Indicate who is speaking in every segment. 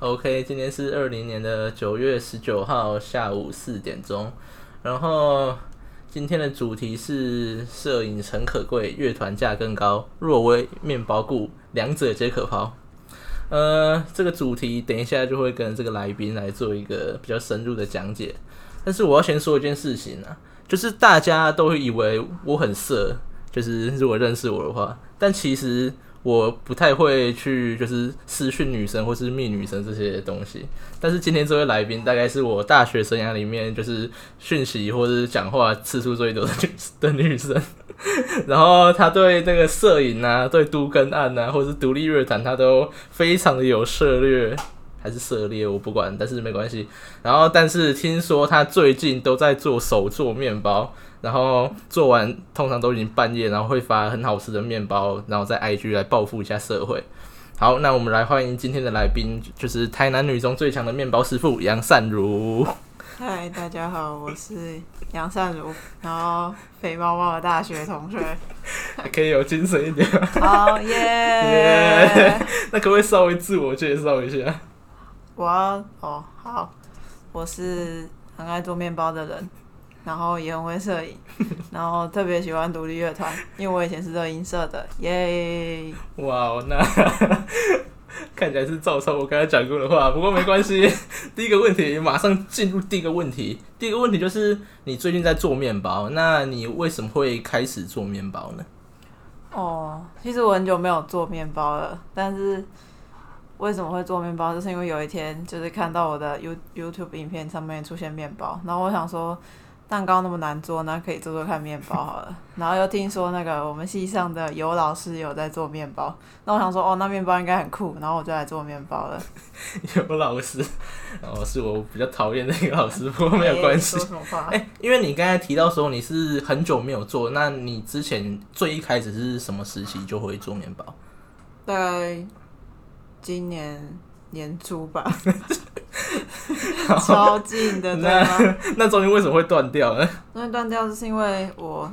Speaker 1: OK，今天是二零年的九月十九号下午四点钟，然后今天的主题是摄影诚可贵，乐团价更高，若为面包故，两者皆可抛。呃，这个主题等一下就会跟这个来宾来做一个比较深入的讲解，但是我要先说一件事情啊，就是大家都会以为我很色，就是如果认识我的话，但其实我不太会去就是私讯女生或是密女生这些东西。但是今天这位来宾大概是我大学生涯里面就是讯息或是讲话次数最多的女的女生， 然后她对那个摄影啊、对都跟案啊，或是独立乐坛，她都非常的有涉略。还是涉猎，我不管，但是没关系。然后，但是听说她最近都在做手做面包，然后做完通常都已经半夜，然后会发很好吃的面包，然后在 IG 来报复一下社会。好，那我们来欢迎今天的来宾，就是台南女中最强的面包师傅杨善如。
Speaker 2: 嗨，大家好，我是杨善如，然后肥猫猫的大学同学。
Speaker 1: 可以有精神一点吗，
Speaker 2: 好耶
Speaker 1: 耶！ 那可不可以稍微自我介绍一下？
Speaker 2: 我要哦好，我是很爱做面包的人，然后也很会摄影，然后特别喜欢独立乐团，因为我以前是热音社的，耶！
Speaker 1: 哇哦，那 看起来是照抄我刚才讲过的话，不过没关系。 第一个问题，马上进入第一个问题。第一个问题就是，你最近在做面包，那你为什么会开始做面包呢？
Speaker 2: 哦，其实我很久没有做面包了，但是为什么会做面包，就是因为有一天就是看到我的 You YouTube 影片上面出现面包，然后我想说蛋糕那么难做，那可以做做看面包好了。然后又听说那个我们系上的尤老师有在做面包，那我想说哦，那面包应该很酷，然后我就来做面包 了。
Speaker 1: 有老师，哦，是我比较讨厌的一个老师，不过没有关系
Speaker 2: 哎。说什么话
Speaker 1: 哎、？因为你刚才提到说你是很久没有做，那你之前最一开始是什么时期就会做面包？
Speaker 2: 大概今年年初 吧， 超近的，对吗？
Speaker 1: 那中间为什么会断掉 呢？
Speaker 2: 那断掉是因为我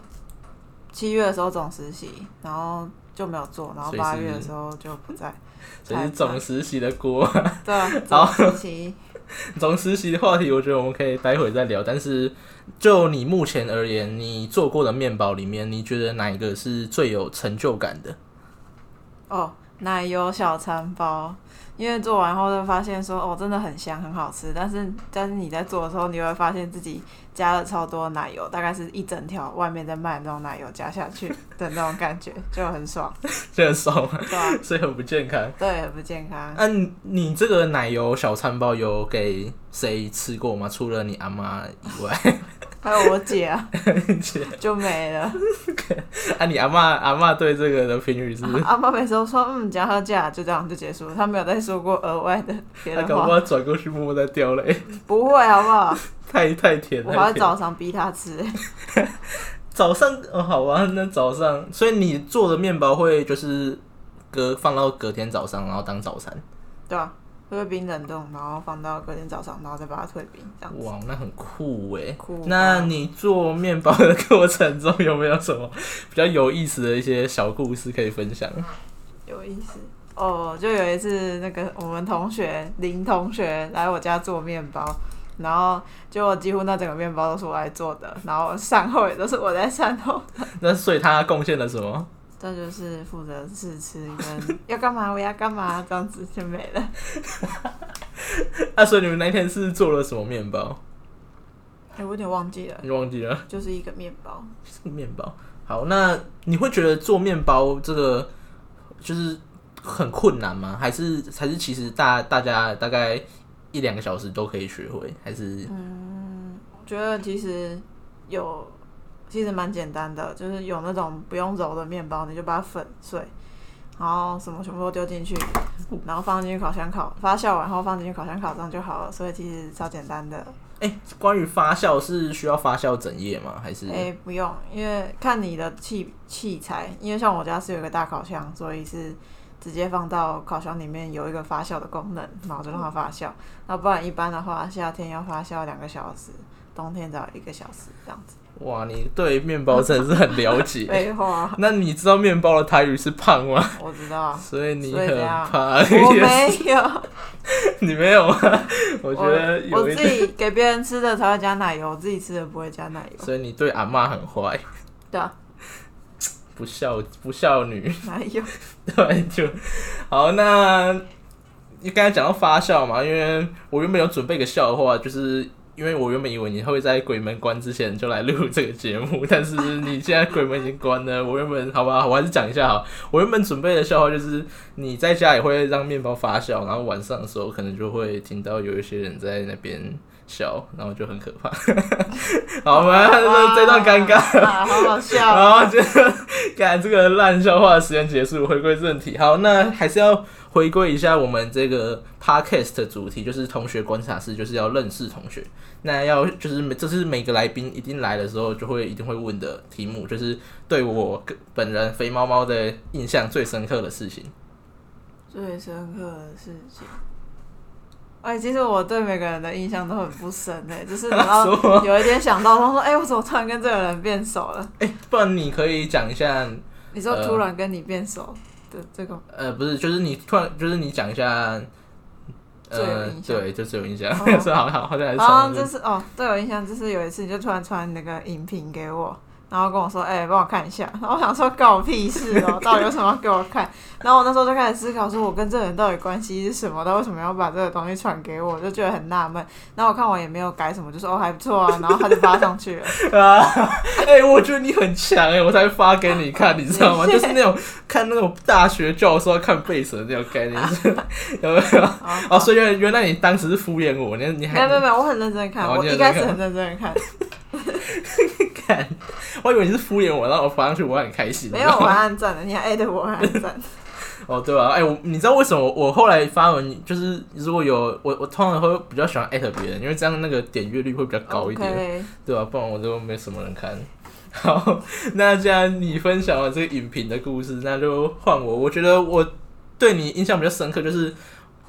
Speaker 2: 七月的时候总实习，然后就没有做，然后
Speaker 1: 所以是
Speaker 2: 八月的时候就不在。
Speaker 1: 所以是总实习的锅。
Speaker 2: 对啊，总实习
Speaker 1: 总实习的话题，我觉得我们可以待会再聊。但是就你目前而言，你做过的面包里面，你觉得哪一个是最有成就感的？
Speaker 2: 哦，奶油小餐包，因为做完后就发现说哦，真的很香，很好吃。但是但是你在做的时候，你会发现自己加了超多奶油，大概是一整条外面在卖的那种奶油加下去 的那种感觉，就很爽，
Speaker 1: 这很少，
Speaker 2: 对啊，
Speaker 1: 所以很不健康。
Speaker 2: 对，很不健康。
Speaker 1: 那、你啊你这个奶油小餐包有给谁吃过吗？除了你阿妈以外，
Speaker 2: 还有我姐啊，就没了。
Speaker 1: 啊，你阿妈阿妈对这个的评语是，
Speaker 2: 阿妈每次都说嗯讲到价就这样就结束，她没有再说过额外的别
Speaker 1: 她
Speaker 2: 的
Speaker 1: 搞不
Speaker 2: 话，
Speaker 1: 好转过去默默在掉泪，
Speaker 2: 不会好 不好？
Speaker 1: 太太甜
Speaker 2: 我
Speaker 1: 了。
Speaker 2: 还
Speaker 1: 太
Speaker 2: 会
Speaker 1: 甜
Speaker 2: 早上逼她吃、
Speaker 1: 早上哦， 好吧，那早上，所以你做的面包会就是隔放到隔天早上，然后当早餐。
Speaker 2: 对啊，会被冰冷冻，然后放到隔天早上，然后再把它退冰，这样子。
Speaker 1: 哇，那很酷诶。
Speaker 2: 酷吧
Speaker 1: 那你做面包的过程中有没有什么比较有意思的一些小故事可以分享？
Speaker 2: 嗯有意思哦。就有一次，那个我们同学林同学来我家做面包，然后就几乎那整个面包都是我来做的，然后善后也都是我在善后，
Speaker 1: 那所以他贡献了什么？
Speaker 2: 这就是负责试吃跟 要干嘛我要干嘛这样子就没了。
Speaker 1: 啊，所以你们那天是做了什么面包？
Speaker 2: 哎、我有点忘记了，
Speaker 1: 你忘记了？
Speaker 2: 就是一个面包。
Speaker 1: 是个面包。好，那你会觉得做面包这个就是很困难吗？还是还是其实大大家大概一两个小时都可以学会？还是
Speaker 2: 嗯我觉得其实有，其实蛮简单的，就是有那种不用揉的面包，你就把它粉碎，然后什么全部都丢进去，然后放进去烤箱烤，发酵完后放进去烤箱烤，这样就好了。所以其实超简单的。
Speaker 1: 哎、关于发酵是需要发酵整夜吗？还是
Speaker 2: 哎、不用，因为看你的器器材，因为像我家是有一个大烤箱，所以是直接放到烤箱里面有一个发酵的功能，然后就让它发酵。那不然一般的话，夏天要发酵两个小时，冬天只要一个小时这样子。
Speaker 1: 哇，你对面包真的是很了 解。
Speaker 2: 废话，
Speaker 1: 那你知道面包的台语是胖吗？，
Speaker 2: 我知道
Speaker 1: 所以你
Speaker 2: 所以
Speaker 1: 很
Speaker 2: 怎样
Speaker 1: 怕，
Speaker 2: 我没有，
Speaker 1: 你没有吗？我觉得
Speaker 2: 我
Speaker 1: 有
Speaker 2: 我
Speaker 1: 一
Speaker 2: 自
Speaker 1: 点，
Speaker 2: 己给别人吃的才会加奶油，我自己吃的不会加奶油。
Speaker 1: 所以你对阿嬷很坏，
Speaker 2: 对啊，
Speaker 1: 不孝不孝女。
Speaker 2: 奶油。
Speaker 1: 对，就好。那你刚才讲到发酵嘛，因为我原本有准备个笑话，就是因为我原本以为你会在鬼门关之前就来录这个节目，但是你现在鬼门已经关了。我原本好吧，我还是讲一下好。我原本准备的笑话就是你在家也会让面包发酵，然后晚上的时候可能就会听到有一些人在那边笑，然后就很可怕。 好，我们这这段尴尬。
Speaker 2: 啊，好好笑
Speaker 1: 然
Speaker 2: 哦。
Speaker 1: 后就赶这个烂笑话的时间结束，回归正题。好，那还是要回归一下我们这个 podcast 的主题，就是同学观察室，就是要认识同学。那要就是每这是每个来宾一定来的时候就会一定会问的题目，就是对我个本人肥猫猫的印象最深刻的事情。
Speaker 2: 最深刻的事情。哎，其实我对每个人的印象都很不深 哎、就是然
Speaker 1: 什么
Speaker 2: 后有一天想到，他说：“哎、我怎么突然跟这个人变熟了
Speaker 1: 哎、不然你可以讲一下，？”
Speaker 2: 你说
Speaker 1: 呃
Speaker 2: 突然跟你变熟的这个，
Speaker 1: 呃，不是，就是你突然就是你讲一下。
Speaker 2: 最有
Speaker 1: 呃
Speaker 2: 印，象
Speaker 1: 对，就最有印象，
Speaker 2: 哦
Speaker 1: 是好好好像还是
Speaker 2: 然后
Speaker 1: 从
Speaker 2: 就是哦，对我印象就是有一次，你就突然传那个影评给我，然后跟我说：“哎、帮我看一下。”然后我想说：“搞屁事哦，到底有什么要给我看？”然后我那时候就开始思考，说我跟这个人到底关系是什么？他为什么要把这个东西传给我？就觉得很纳闷。然后我看完也没有改什么，就说：“哦，还不错啊。”然后他就发上去了。
Speaker 1: 啊，哎、我觉得你很强哎、我才发给你看，你知道吗？
Speaker 2: 谢
Speaker 1: 就
Speaker 2: 谢
Speaker 1: 是那种看那种大学教授要看背审的那种概念，有没有？
Speaker 2: 啊
Speaker 1: 哦，所以原原来你当时是敷衍我，你你
Speaker 2: 没有
Speaker 1: 还
Speaker 2: 没有没有，我很认真看，
Speaker 1: 哦
Speaker 2: 我
Speaker 1: 你很
Speaker 2: 一开
Speaker 1: 认真
Speaker 2: 始很认真看，
Speaker 1: 看，我以为你是敷衍我，然后我发上去，我很开心。
Speaker 2: 没有我还按赞的，你还艾特我，我还按赞。
Speaker 1: 哦，对啊，哎、我你知道为什么我我后来发文就是如果有我我通常会比较喜欢艾特别人，因为这样那个点阅率会比较高一点。
Speaker 2: OK，
Speaker 1: 对啊，不然我都没什么人看。 好，那既然你分享了这个影评的故事，那就换我。我觉得我对你印象比较深刻，就是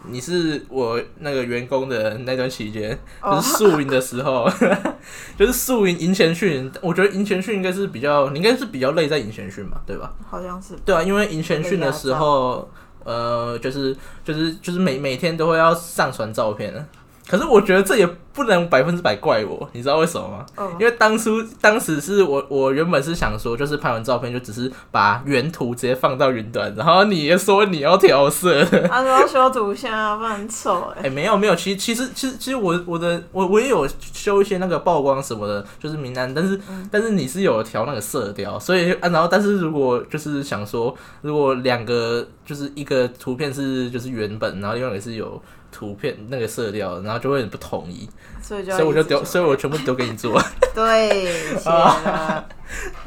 Speaker 1: 你是我那个员工的那段期间，就
Speaker 2: 哦
Speaker 1: 是宿营的时候， 就是宿营迎前训。我觉得迎前训应该是比较，你应该是比较累在迎前训嘛，对吧？
Speaker 2: 好像是
Speaker 1: 对啊，因为迎前训的时候，呃，就是就是就是每每天都会要上传照片的。可是我觉得这也不能百分之百怪我，你知道为什么吗？
Speaker 2: 哦
Speaker 1: 因为当初当时是我我原本是想说，就是拍完照片就只是把原图直接放到云端，然后你也说你要调色，
Speaker 2: 他说要修图像啊，不然很丑哎
Speaker 1: 哎、。没有没有，其实其实其实其实我我的我我也有修一些那个曝光什么的，就是名单，但是、但是你是有调那个色调，所以啊，然后但是如果就是想说，如果两个就是一个图片是就是原本，然后另外一个是有图片那个色调，然后就会很不统一，
Speaker 2: 所以就要
Speaker 1: 所以我就
Speaker 2: 一直
Speaker 1: 丢，
Speaker 2: 修
Speaker 1: 所以我全部丢给你做
Speaker 2: 对，写了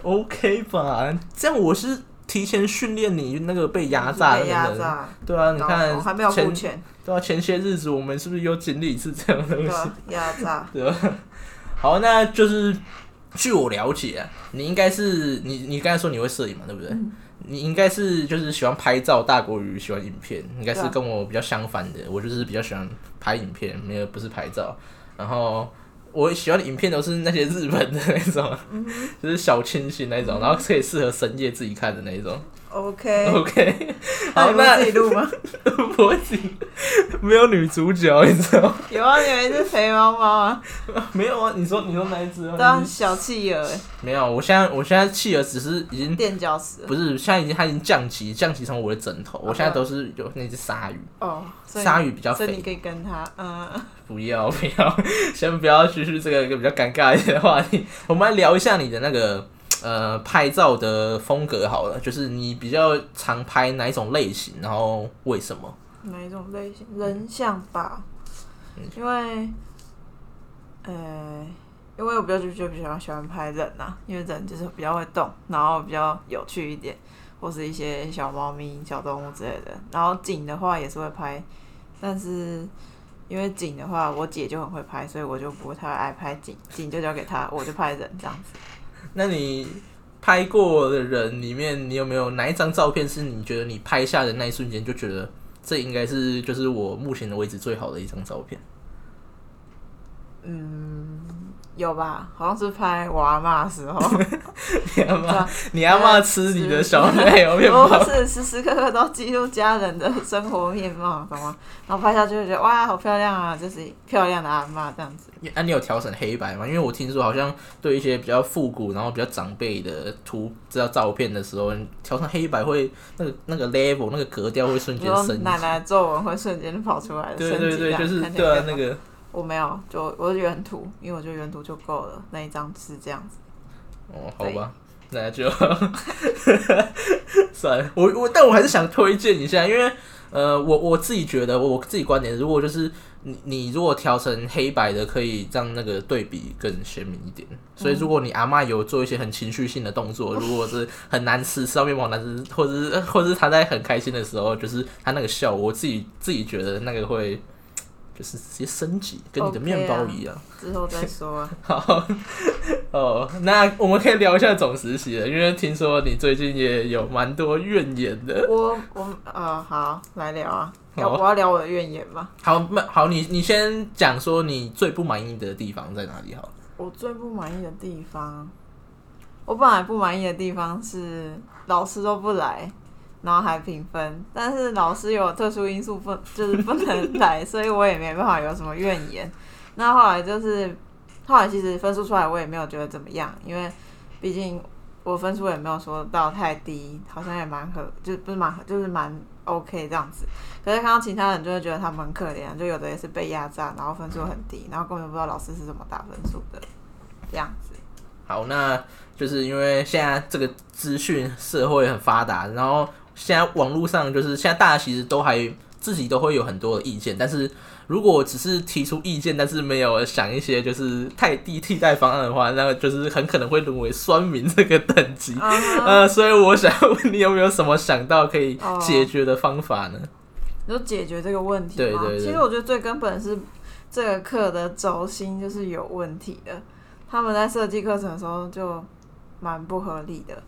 Speaker 1: ，OK 吧？这样我是提前训练你那个被 压榨的
Speaker 2: 被
Speaker 1: 那
Speaker 2: 压
Speaker 1: 个人，
Speaker 2: 榨。
Speaker 1: 对啊，你
Speaker 2: 懂
Speaker 1: 看
Speaker 2: 我还没有付
Speaker 1: 前
Speaker 2: 钱，
Speaker 1: 对啊，前些日子我们是不是又经历一次这样的东
Speaker 2: 对啊
Speaker 1: 西？
Speaker 2: 吧，压榨。
Speaker 1: 对吧？好，那就是据我了解、啊，你应该是你你刚才说你会摄影嘛，对不对？你应该是就是喜欢拍照大过于喜欢影片，应该是
Speaker 2: 对啊
Speaker 1: 跟我比较相反的。我就是比较喜欢拍影片，没有不是拍照。然后我喜欢的影片都是那些日本的那种， 就是小清新那种，然后可以适合深夜自己看的那一种。
Speaker 2: OK，
Speaker 1: OK，
Speaker 2: 那
Speaker 1: 好，
Speaker 2: 你们
Speaker 1: 那
Speaker 2: 自己 录吗？
Speaker 1: 脖子没有女主角，你知道吗？
Speaker 2: 有啊，你们一只肥猫猫 啊，
Speaker 1: 没有啊？你说你说哪一只啊？
Speaker 2: 当
Speaker 1: 你
Speaker 2: 小企鹅欸，
Speaker 1: 没有，我现在我现在企鹅只是已经
Speaker 2: 垫脚石。
Speaker 1: 不是，现在已经它已经降级，降级成我的枕头。我现在都是有那只鲨鱼，
Speaker 2: 哦，所以
Speaker 1: 鲨鱼比较
Speaker 2: 所以你
Speaker 1: 肥。
Speaker 2: 可以跟它，嗯，
Speaker 1: 不要不要，先不要继续这个一个比较尴尬一点的话题。我们来聊一下你的那个呃拍照的风格好了，就是你比较常拍哪一种类型，然后为什么？
Speaker 2: 哪一种类型？人像吧，因为，呃，因为我比较就就比较喜欢拍人呐、因为人就是比较会动，然后比较有趣一点，或是一些小猫咪、小动物之类的。然后景的话也是会拍，但是因为景的话，我姐就很会拍，所以我就不太爱拍景，景就交给她，我就拍人这样子。
Speaker 1: 那你拍过的人里面，你有没有哪一张照片是你觉得你拍下的那一瞬间就觉得这应该是就是我目前的为止最好的一张照片？
Speaker 2: 嗯，有吧？好像是拍我阿妈的时候，
Speaker 1: 你阿
Speaker 2: 对
Speaker 1: 妈
Speaker 2: 啊，
Speaker 1: 你阿妈吃你的小妹有面包
Speaker 2: 我，哦是时时刻刻都记录家人的生活面貌，懂吗？然后拍下去就觉得哇，好漂亮啊，就是漂亮的阿妈这样子。
Speaker 1: 啊，你有调整黑白吗？因为我听说好像对一些比较复古，然后比较长辈的图，这张照片的时候，你调成黑白会那个那个 level 那个格调会瞬
Speaker 2: 你
Speaker 1: 间
Speaker 2: 说
Speaker 1: 升级。
Speaker 2: 奶奶皱纹会瞬间跑出来的
Speaker 1: 对
Speaker 2: 升
Speaker 1: 对
Speaker 2: 级
Speaker 1: 对，
Speaker 2: 感
Speaker 1: 就是
Speaker 2: 看起来
Speaker 1: 对啊，
Speaker 2: 更
Speaker 1: 那
Speaker 2: 好
Speaker 1: 个
Speaker 2: 我没有，就我是原图，因为我觉得原图就够了，那一张是这样子。
Speaker 1: 哦，好吧，那 就 算了。我我，但我还是想推荐一下，因为呃，我我自己觉得，我自己观点，如果就是你你如果调成黑白的，可以让那个对比更鲜明一点。所以如果你阿嬷有做一些很情绪性的动作，
Speaker 2: 嗯
Speaker 1: 如果是很难吃，吃到面包很难吃，或者是 或者是她在很开心的时候，就是她那个笑，我自己自己觉得那个会。就是直接升级，跟你的
Speaker 2: OK 啊
Speaker 1: 面包一样。
Speaker 2: 之后再 说啊。
Speaker 1: 好，哦，那我们可以聊一下总实习了，因为听说你最近也有蛮多怨言的。
Speaker 2: 我我呃好来聊啊，
Speaker 1: 好
Speaker 2: 要我要聊我的怨言吗？
Speaker 1: 好，那好，你你先讲说你最不满意的地方在哪里好了。
Speaker 2: 我最不满意的地方，我本来不满意的地方是老师都不来，然后还评分，但是老师有特殊因素不就是不能来， 所以我也没办法有什么怨言。那后来就是后来其实分数出来我也没有觉得怎么样，因为毕竟我分数也没有说到太低，好像也蛮合，就不是蛮合就是蛮 OK 这样子。可是看到其他人就会觉得他们很可怜，就有的也是被压榨，然后分数很低，然后根本不知道老师是怎么打分数的，这样子。
Speaker 1: 好，那就是因为现在这个资讯社会很发达，然后现在网络上就是现在大家其实都还自己都会有很多的意见，但是如果只是提出意见，但是没有想一些就是太低替代方案的话，那就是很可能会沦为酸民这个等级。
Speaker 2: 啊
Speaker 1: 呃，所以我想问你有没有什么想到可以解决的方法呢？
Speaker 2: 你就解决这个问题
Speaker 1: 对
Speaker 2: 吗？
Speaker 1: 对对
Speaker 2: 其实我觉得最根本是这个课的轴心就是有问题的，他们在设计课程的时候就蛮不合理的。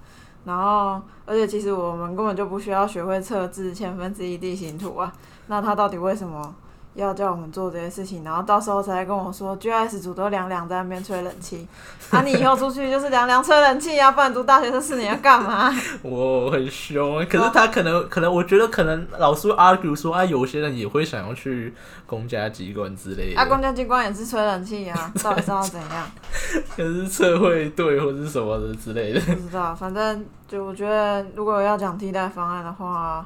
Speaker 2: 然后，而且其实我们根本就不需要学会测字千分之一地形图啊。那他到底为什么要叫我们做这些事情？然后到时候才跟我说 GIS 组都凉凉在那边吹冷气，啊，你以后出去就是凉凉吹冷气啊，不然读大学这四年要干 嘛？
Speaker 1: 我很凶，可是他可能可能，我觉得可能老师会 argue 说啊，有些人也会想要去公家机关之类的，
Speaker 2: 啊，公家机关也是吹冷气啊，到底是要怎样？
Speaker 1: 可是测绘队或是什么的之类的。
Speaker 2: 不知道，反正就我觉得，如果要讲替代方案的话，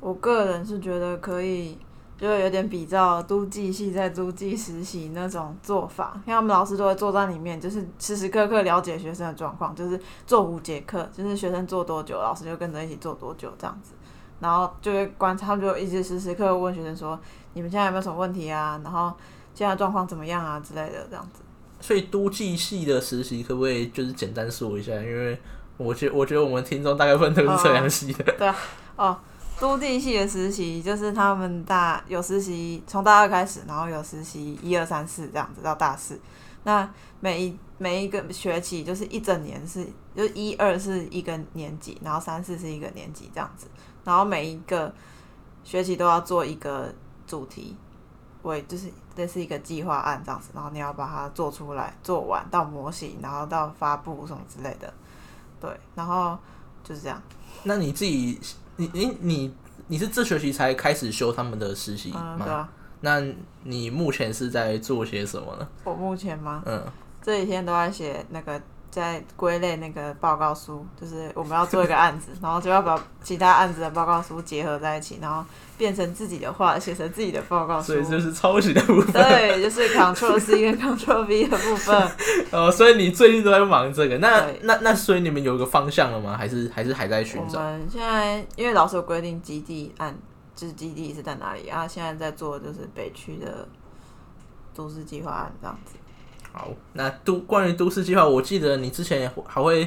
Speaker 2: 我个人是觉得可以，就是有点比照都记系在都记实习那种做法，因为他们老师都会坐在里面，就是时时刻刻了解学生的状况，就是做五节课，就是学生做多久，老师就跟着一起做多久这样子，然后就会观察，他们就一直时时刻刻问学生说，你们现在有没有什么问题啊？然后现在状况怎么样啊之类的这样子。
Speaker 1: 所以都记系的实习可不可以就是简单说一下？因为我觉我觉得我们听众大概分都是测量系的。
Speaker 2: 哦，都地系的实习就是他们大有实习，从大二开始，然后有实习一二三四这样子到大四。那每一每一个学期就是一整年是，就一二是一个年级，然后三四是一个年级这样子，然后每一个学期都要做一个主题，为就是这是一个计划案这样子，然后你要把它做出来、做完到模型，然后到发布什么之类的，对，然后就是这样。
Speaker 1: 那你自己，你你你你是这学期才开始修他们的实习吗
Speaker 2: 嗯，？对啊。
Speaker 1: 那你目前是在做些什么呢？
Speaker 2: 我目前吗？
Speaker 1: 嗯，
Speaker 2: 这几天都在写那个，在归类那个报告书，就是我们要做一个案子，然后就要把其他案子的报告书结合在一起，然后变成自己的话，写成自己的报告书
Speaker 1: 所。以就是抄袭的部分。
Speaker 2: 对，就是 Ctrl C 跟 Ctrl V 的部分。
Speaker 1: 哦，所以你最近都在忙这个。那
Speaker 2: 对
Speaker 1: 那那，所以你们有一个方向了吗？还是还是还在寻
Speaker 2: 我
Speaker 1: 找？
Speaker 2: 们现在因为老师有规定基地案，就是基地是在哪里啊？现在在做的就是北区的都市计划案这样子。
Speaker 1: 好，那都关于都市计划，我记得你之前也还会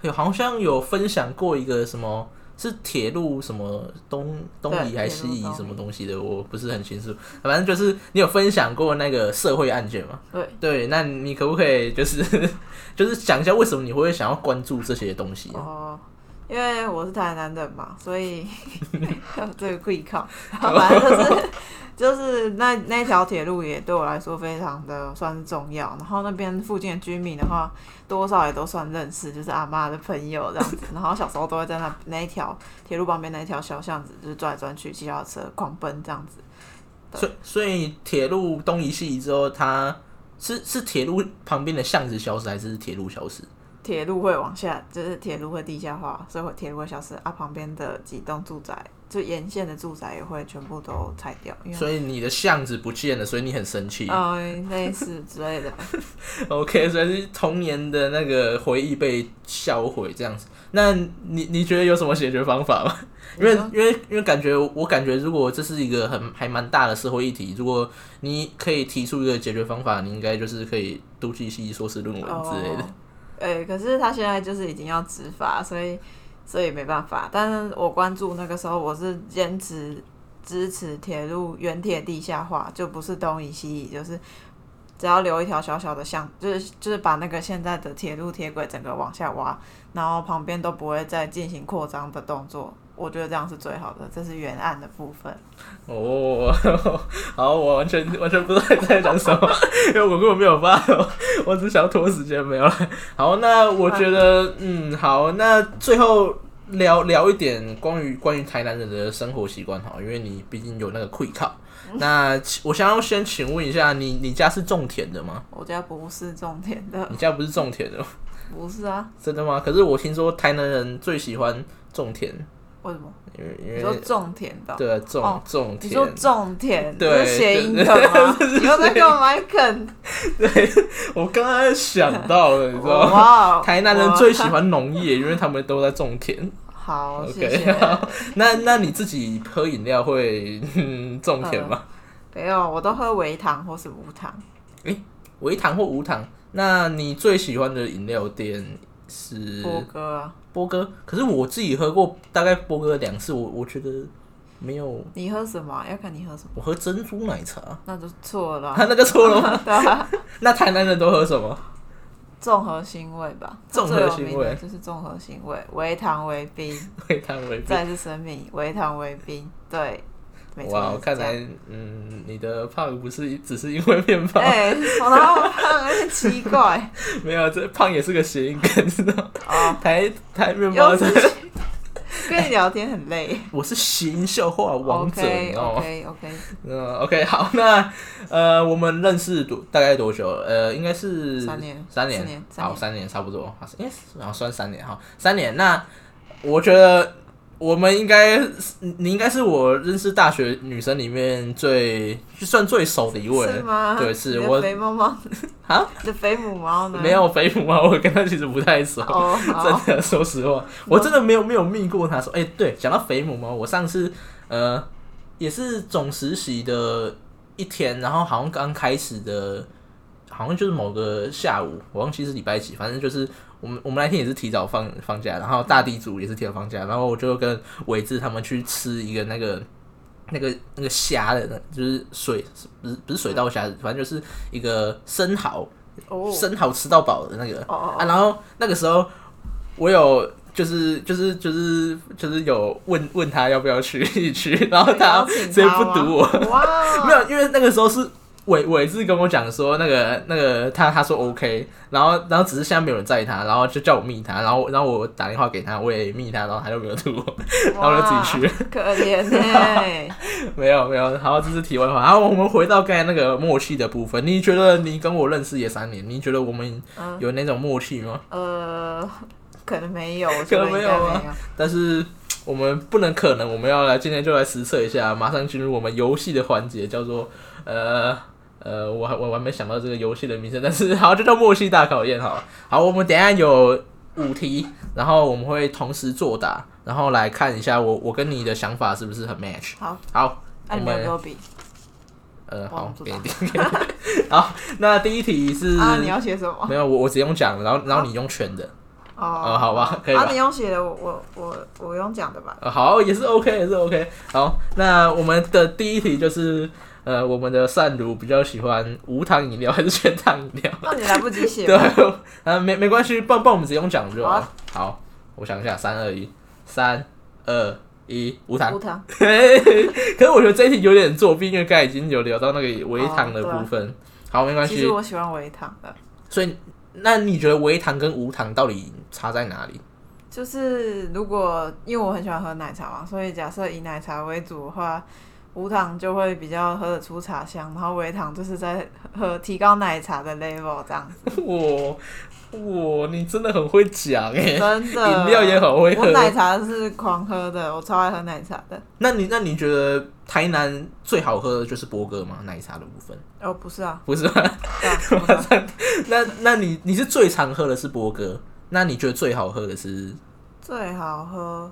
Speaker 1: 有好像有分享过一个什么。是铁路什么东东
Speaker 2: 对
Speaker 1: 移还是西移
Speaker 2: 铁路东移
Speaker 1: 什么东西的，我不是很清楚。反正就是你有分享过那个社会案件吗？
Speaker 2: 对，
Speaker 1: 对，那你可不可以就是 就是讲一下为什么你会想要关注这些东西呢？
Speaker 2: 哦，因为我是台南人嘛，所以这个贵靠，然后反正就是就是那那条铁路也对我来说非常的算是重要。然后那边附近的居民的话，多少也都算认识，就是阿妈的朋友这样子。然后小时候都会在那那一条铁路旁边那一条小巷子，就是转来转去，骑脚踏车狂奔这样子。
Speaker 1: 所以所以铁路东移西移之后，它是是铁路旁边的巷子消失，还是铁路消失？
Speaker 2: 铁路会往下，就是铁路会地下化，所以会铁路会消失啊。旁边的几栋住宅，就沿线的住宅也会全部都拆掉，因为
Speaker 1: 所以你的巷子不见了，所以你很生气。
Speaker 2: 嗯类似之类的吧。
Speaker 1: OK，所以是童年的那个回忆被销毁这样子。那你你觉得有什么解决方法吗？因为因为因为感觉我感觉，如果这是一个很还蛮大的社会议题，如果你可以提出一个解决方法，你应该就是可以读记系硕士论 文之类的。
Speaker 2: 哦。呃、可是他现在就是已经要执法，所以所以没办法。但是我关注那个时候，我是坚持支持铁路原铁地下化，就不是东移西移，就是只要留一条小小的巷，就是就是把那个现在的铁路铁轨整个往下挖，然后旁边都不会再进行扩张的动作。我觉得这样是最好的，这是原案的部分。
Speaker 1: 哦， 好，我完全完全不知道你在讲什么， 因为我根本没有办法，我只想拖时间，没有了。好，那我觉
Speaker 2: 啊
Speaker 1: 得，嗯，好，那最后聊聊一点关于关于台南人的生活习惯，好，因为你毕竟有那个愧靠。
Speaker 2: 嗯
Speaker 1: 那其我想要先请问一下，你你家是种田的吗？
Speaker 2: 我家不是种田的，
Speaker 1: 你家不是种田的吗，
Speaker 2: 不是啊？
Speaker 1: 真的吗？可是我听说台南人最喜欢种田，
Speaker 2: 为什么？
Speaker 1: 因为因
Speaker 2: 你说
Speaker 1: 为
Speaker 2: 种田的哦？
Speaker 1: 对种
Speaker 2: 哦
Speaker 1: 种
Speaker 2: 你
Speaker 1: 田，
Speaker 2: 说种田，
Speaker 1: 对
Speaker 2: 这是谐音梗吗？你又在给我买梗？
Speaker 1: 我刚刚想到了， 你知道吗？
Speaker 2: 哇哦
Speaker 1: 台南人最喜欢农业，因为他们都在种 田。
Speaker 2: 哇好，哦谢
Speaker 1: OK，
Speaker 2: 谢。
Speaker 1: 好 那那你自己喝饮料会、 嗯、种田吗？
Speaker 2: 没有，我都喝微糖或是无糖。
Speaker 1: 微糖或无糖？那你最喜欢的饮料店是
Speaker 2: 波哥啊，
Speaker 1: 波哥？可是我自己喝过大概波哥两次，我我觉得没有，
Speaker 2: 你喝什么啊？要看你喝什么，
Speaker 1: 我喝珍珠奶茶，
Speaker 2: 那就错了
Speaker 1: 啊
Speaker 2: 啊。
Speaker 1: 那就错了吗。
Speaker 2: 对啊，
Speaker 1: 那台南人都喝什么？
Speaker 2: 综合腥味吧，它
Speaker 1: 综合腥味
Speaker 2: 最有名的就是综合腥味，微糖微冰，
Speaker 1: 微糖微冰。
Speaker 2: 再是生米，微糖微冰，对，没错。
Speaker 1: 哇，
Speaker 2: 就是
Speaker 1: 看
Speaker 2: 这样
Speaker 1: 来嗯，你的胖不是只是因为面包，
Speaker 2: 哎，我哪有胖？有点奇怪
Speaker 1: 没有，这胖也是个谐音梗，知道吗？
Speaker 2: 哦。
Speaker 1: 台台面包
Speaker 2: 又
Speaker 1: 的
Speaker 2: 是，跟你聊天很累。
Speaker 1: 我是谐音笑话王者，你
Speaker 2: OK
Speaker 1: 知道吗？
Speaker 2: OK OK，
Speaker 1: 嗯，OK，好，那呃，我们认识多大概多久了？呃，应该是
Speaker 2: 三年
Speaker 1: 三
Speaker 2: 四年三
Speaker 1: 好，
Speaker 2: 年
Speaker 1: 三年差不多，好应该是好算三年哈，三年。那我觉得我们应该，你应该是我认识大学女生里面最就算最熟的一位
Speaker 2: 是吗？
Speaker 1: 对，是
Speaker 2: 你的
Speaker 1: 我
Speaker 2: 肥猫 猫
Speaker 1: 啊，
Speaker 2: 你的肥母猫呢？
Speaker 1: 没有肥母啊，我跟她其实不太熟。
Speaker 2: 哦， 好，嗯
Speaker 1: 真的，说实话，我真的没有没有密过他说，哎、对，讲到肥母猫，我上次呃也是总实习的一天，然后好像刚开始的，好像就是某个下午，我忘记是礼拜几，反正就是我们我们那天也是提早放放假，然后大地主也是提早放假，然后我就跟伟志他们去吃一个那个。那个那个虾的，那就是水，不是不是水稻虾，反正就是一个生蚝，
Speaker 2: 哦
Speaker 1: 生蚝吃到饱的那个，
Speaker 2: 哦哦
Speaker 1: 啊，然后那个时候我有就是就是就是就是有问问他要不要去 一起去，然后他直接不读我，
Speaker 2: 我，哇，
Speaker 1: 没有，因为那个时候是伟伟志跟我讲说那个那个他他说 OK，然后然后只是现在没有人在他，然后就叫我密他，然后然后我打电话给他，我也密他，然后他就没有读我，然后我就自己去 了。
Speaker 2: 去，可怜欸呢。
Speaker 1: 没有没有，好，这是题外话。然后我们回到刚才那个默契的部分，你觉得你跟我认识也三年，你觉得我们
Speaker 2: 嗯
Speaker 1: 有那种默契吗？
Speaker 2: 呃，可能没有，我觉得
Speaker 1: 可能没有
Speaker 2: 应该
Speaker 1: 啊
Speaker 2: 没有。
Speaker 1: 但是我们不能可能，我们要来今天就来实测一下，马上进入我们游戏的环节，叫做呃呃，我还我还没想到这个游戏的名称，但是好就叫默契大考验好了好，我们等一下有五题，然后我们会同时作答，然后来看一下我我跟你的想法是不是很 match。
Speaker 2: 好，
Speaker 1: 好，我
Speaker 2: 那啊你有
Speaker 1: 们
Speaker 2: 没有比
Speaker 1: 呃
Speaker 2: 帮我
Speaker 1: 好
Speaker 2: 们，作
Speaker 1: 给
Speaker 2: 答
Speaker 1: 你 给你好，那第一题是、
Speaker 2: 啊？你要写什么？
Speaker 1: 没有我我只用讲，然后然后你用全的，
Speaker 2: 哦
Speaker 1: 呃，好吧，可以吧？
Speaker 2: 啊，你用写的，我我我我用讲的吧。
Speaker 1: 呃，好，也是 OK，也是 OK。好，那我们的第一题就是，呃，我们的善如比较喜欢无糖饮料还是全糖饮 料？
Speaker 2: 那你来不及写
Speaker 1: 对
Speaker 2: 吧，，
Speaker 1: 啊，没没关系，棒棒，不然我们直接用讲就好
Speaker 2: 好啊
Speaker 1: 了。好，我想一下，三二一，三二一无糖
Speaker 2: 无。糖，
Speaker 1: 嘿嘿嘿 可是我觉得这一题有点作弊，因为刚才已经有聊到那个微糖的
Speaker 2: 哦对啊
Speaker 1: 部分。好，没关
Speaker 2: 其
Speaker 1: 系
Speaker 2: 实。我喜欢微糖的，
Speaker 1: 所以，那你觉得微糖跟无糖到底差在哪里？
Speaker 2: 就是如果因为我很喜欢喝奶茶嘛，所以假设以奶茶为主的话，无糖就会比较喝得出茶香，然后微糖就是在喝提高奶茶的 level 这样子，
Speaker 1: 我我你真的很会讲哎、
Speaker 2: 真的。
Speaker 1: 饮料也很会
Speaker 2: 我
Speaker 1: 喝。
Speaker 2: 奶茶是狂喝的，我超爱喝奶茶的。
Speaker 1: 那你那你觉得台南最好喝的就是波哥吗？奶茶的部分
Speaker 2: 哦，不是啊，
Speaker 1: 不是吗？
Speaker 2: 对啊不是啊
Speaker 1: 那那你你是最常喝的是波哥，那你觉得最好喝的是？
Speaker 2: 最好喝，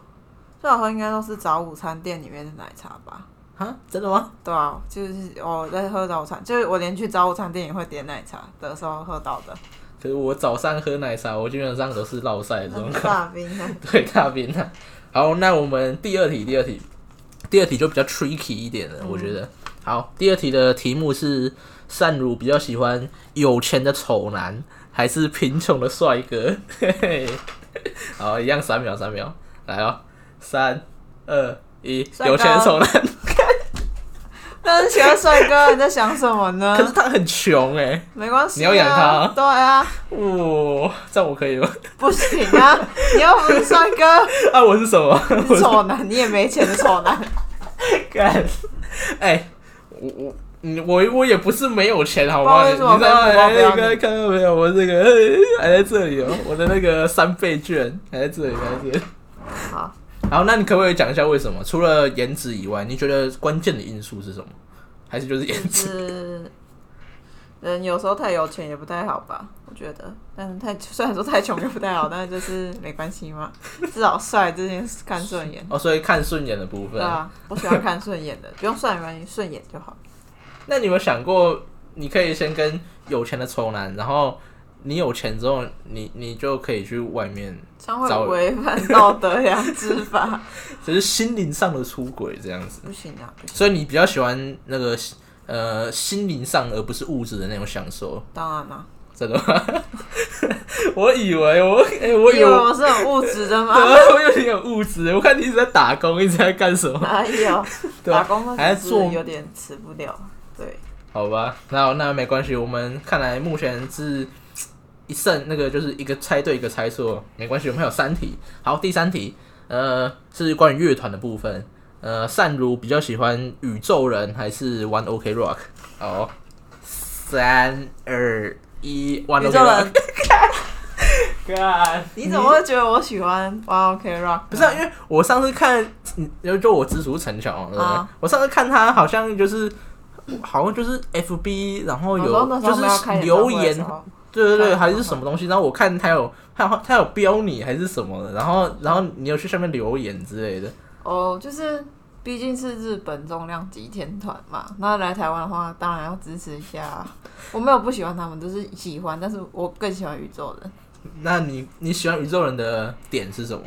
Speaker 2: 最好喝应该都是早午餐店里面的奶茶吧？
Speaker 1: 啊，真的吗？
Speaker 2: 对啊，就是我在喝早午餐，就是我连去早午餐店也会点奶茶的时候喝到的，
Speaker 1: 可是我早上喝奶茶，我基本上都是落晒的状
Speaker 2: 很
Speaker 1: 况。
Speaker 2: 大冰的。
Speaker 1: 对，大便啊。好，那我们第二题，第二题，第二题就比较 tricky 一点了，我觉得。好，第二题的题目是：善如比较喜欢有钱的丑男，还是贫穷的帅哥？ 嘿嘿。好，一样三秒，三秒，来哦，三二一，
Speaker 2: 帅哥
Speaker 1: 有钱的丑男。
Speaker 2: 但是喜欢帅哥，你在想什么呢
Speaker 1: 可？是他很穷哎、
Speaker 2: 没关系、啊，
Speaker 1: 你要养他啊
Speaker 2: 对啊，
Speaker 1: 哇、哦这样我可以吗？
Speaker 2: 不行啊，你又不是帅哥，
Speaker 1: 啊，我是什么？
Speaker 2: 你是 丑男，你也没钱的丑男。
Speaker 1: 干，哎、我我你我我也不是没有钱，好
Speaker 2: 不
Speaker 1: 吗？你
Speaker 2: 知道为什么
Speaker 1: 你知道
Speaker 2: 我刚刚
Speaker 1: 哎
Speaker 2: 不要
Speaker 1: 刚刚看到没有？我这个哎还在这里哦、我的那个三倍券还在这里，还在这里。
Speaker 2: 好，
Speaker 1: 好，那你可不可以讲一下为什么？除了颜值以外，你觉得关键的因素是什么？还是就是颜
Speaker 2: 就
Speaker 1: 值？
Speaker 2: 是嗯人有时候太有钱也不太好吧，我觉得。但是太虽然说太穷也不太好，但是就是没关系嘛，至少帅这件事看 顺眼。
Speaker 1: 哦，所以看顺眼的部
Speaker 2: 对
Speaker 1: 分。
Speaker 2: 啊，我喜欢看顺眼的，不用帅没关系，顺眼就好。
Speaker 1: 那你有没有想过，你可以先跟有钱的丑男，然后你有钱之后，你你就可以去外面，
Speaker 2: 这样会
Speaker 1: 找
Speaker 2: 违反道德良知法，
Speaker 1: 就是心灵上的出轨这样子。
Speaker 2: 不行啊，不行。
Speaker 1: 所以你比较喜欢那个呃心灵上而不是物质的那种享受，
Speaker 2: 当然啦、
Speaker 1: 真的吗？ 我以为我哎、我
Speaker 2: 你
Speaker 1: 以为我
Speaker 2: 我是很物质的吗？
Speaker 1: 我有点物质，我看你一直在打工，一直在干什么？
Speaker 2: 哎呦，
Speaker 1: 对
Speaker 2: 打
Speaker 1: 吧？
Speaker 2: 工
Speaker 1: 还在
Speaker 2: 那只
Speaker 1: 做
Speaker 2: 是有点吃不了。对，
Speaker 1: 好吧，那那没关系，我们看来目前是一胜，那个就是一个猜对一个猜错，没关系，我们还有三题。好，第三题，呃，是关于乐团的部分。呃，善如比较喜欢宇宙人还是 One OK Rock？哦，三二一，One
Speaker 2: 宇
Speaker 1: OK
Speaker 2: 宙
Speaker 1: Rock
Speaker 2: 人。，
Speaker 1: 干
Speaker 2: 你怎么会觉得我喜欢 One OK Rock？
Speaker 1: 不是、啊，因为我上次看，嗯，就我知足城墙嘛，对不对
Speaker 2: 啊
Speaker 1: 我上次看他好像就是，好像就是 FB，然后
Speaker 2: 我
Speaker 1: 有
Speaker 2: 说那时候
Speaker 1: 就
Speaker 2: 我们要开
Speaker 1: 是
Speaker 2: 演唱
Speaker 1: 留
Speaker 2: 会的
Speaker 1: 言
Speaker 2: 时，候
Speaker 1: 对对对，
Speaker 2: 看
Speaker 1: 还是什么东西。然后我看他有他有他有标你还是什么的，然后然后你有去下面留言之类的。
Speaker 2: 哦，就是毕竟是日本重量级天团嘛，那来台湾的话，当然要支持一下啊。我没有不喜欢他们，就是喜欢，但是我更喜欢宇宙人
Speaker 1: 那你你喜欢宇宙人的点是什么？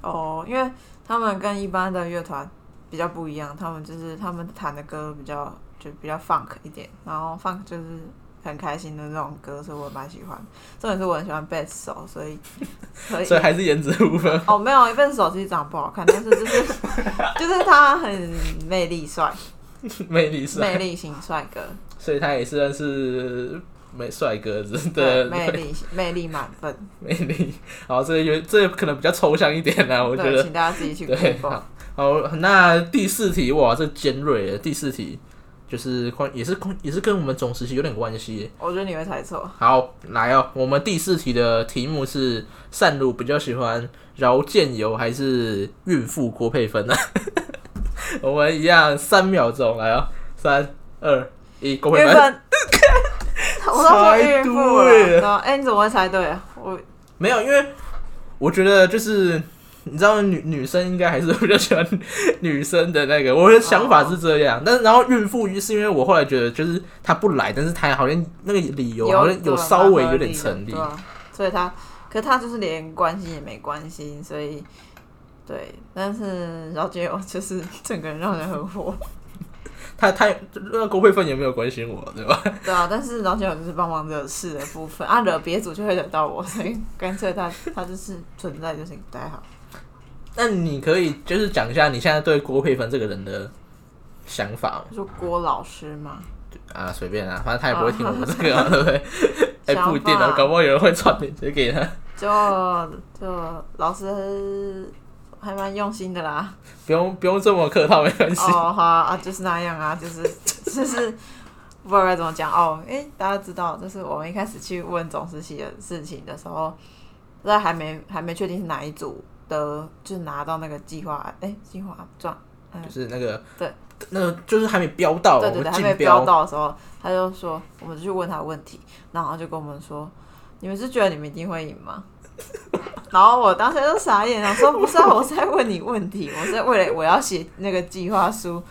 Speaker 2: 哦，因为他们跟一般的乐团比较不一样，他们就是他们弹的歌比较就比较 funk 一点，然后 funk 就是。很开心的那种歌，所以我蛮喜欢。重点是我很喜欢贝斯手，所以所以
Speaker 1: 所以还是颜值部分。
Speaker 2: 哦，没有，一份手机长得不好看，但是就是就是他很魅力帅，
Speaker 1: 魅力帅，
Speaker 2: 魅力型帅哥，
Speaker 1: 所以他也是算是美帅哥之类的
Speaker 2: 魅力型魅力满分。
Speaker 1: 魅力。好，这个有这个可能比较抽象一点啦、我觉
Speaker 2: 对，
Speaker 1: 得。
Speaker 2: 请大家自己去
Speaker 1: 对
Speaker 2: Google。
Speaker 1: 好，那第四题哇，这尖锐了。第四题就是关，也是关，也是跟我们总时期有点关系。
Speaker 2: 我觉得你会猜错，
Speaker 1: 好，来哦，我们第四题的题目是：善如比较喜欢饶建友还是孕妇郭佩芬呢、 我们一样三秒钟，来哦，三二一，郭佩
Speaker 2: 孕
Speaker 1: 芬。
Speaker 2: 妇。我都说孕妇
Speaker 1: 猜对了
Speaker 2: 了，然后哎，你怎么会猜对啊？我
Speaker 1: 没有，因为我觉得就是你知道女女生应该还是 比较喜欢女生的那个，我的想法是这样。但是然后孕妇是因为我后来觉得就是她不来，但是她好像那个理由好像有稍微有点成立
Speaker 2: 对。啊所以他，可他就是连关心也没关心，所以对，啊但是饶杰友就是整个人让人很火，
Speaker 1: 她她那郭佩芬也没有关心我，对吧？
Speaker 2: 对啊，但是饶杰友就是帮忙惹事的部分，啊，惹别组就会惹到我，所以干脆他他就是存在就是不太好。
Speaker 1: 那你可以就是讲一下你现在对郭佩芬这个人的想法吗
Speaker 2: 就郭老师嘛，
Speaker 1: 啊，随便啊，反正他也不会听我们这个嘛，对不对？哎、
Speaker 2: 想
Speaker 1: 不一定啊，
Speaker 2: 法
Speaker 1: 搞不好有人会传链接给他。
Speaker 2: 就就老师还蛮用心的啦。
Speaker 1: 不用不用这么客套，没关系。
Speaker 2: 哦，好啊，啊就是那样啊，就是 就是不知道该怎么讲哦。诶，大家知道，就是我们一开始去问总实习的事情的时候，那还没还没确定是哪一组的，就拿到那个计划，诶，计划状，
Speaker 1: 就是那个
Speaker 2: 嗯对，
Speaker 1: 那个就是还没标到，哦
Speaker 2: 对对对，
Speaker 1: 我
Speaker 2: 还
Speaker 1: 们
Speaker 2: 没
Speaker 1: 竞标
Speaker 2: 标到的时候，他就说，我们就去问他问题，然后他就跟我们说，你们是觉得你们一定会赢吗？ 然后我当时就傻眼了，说不是、啊，我是在问你问题，我是在为了我要写那个计划书，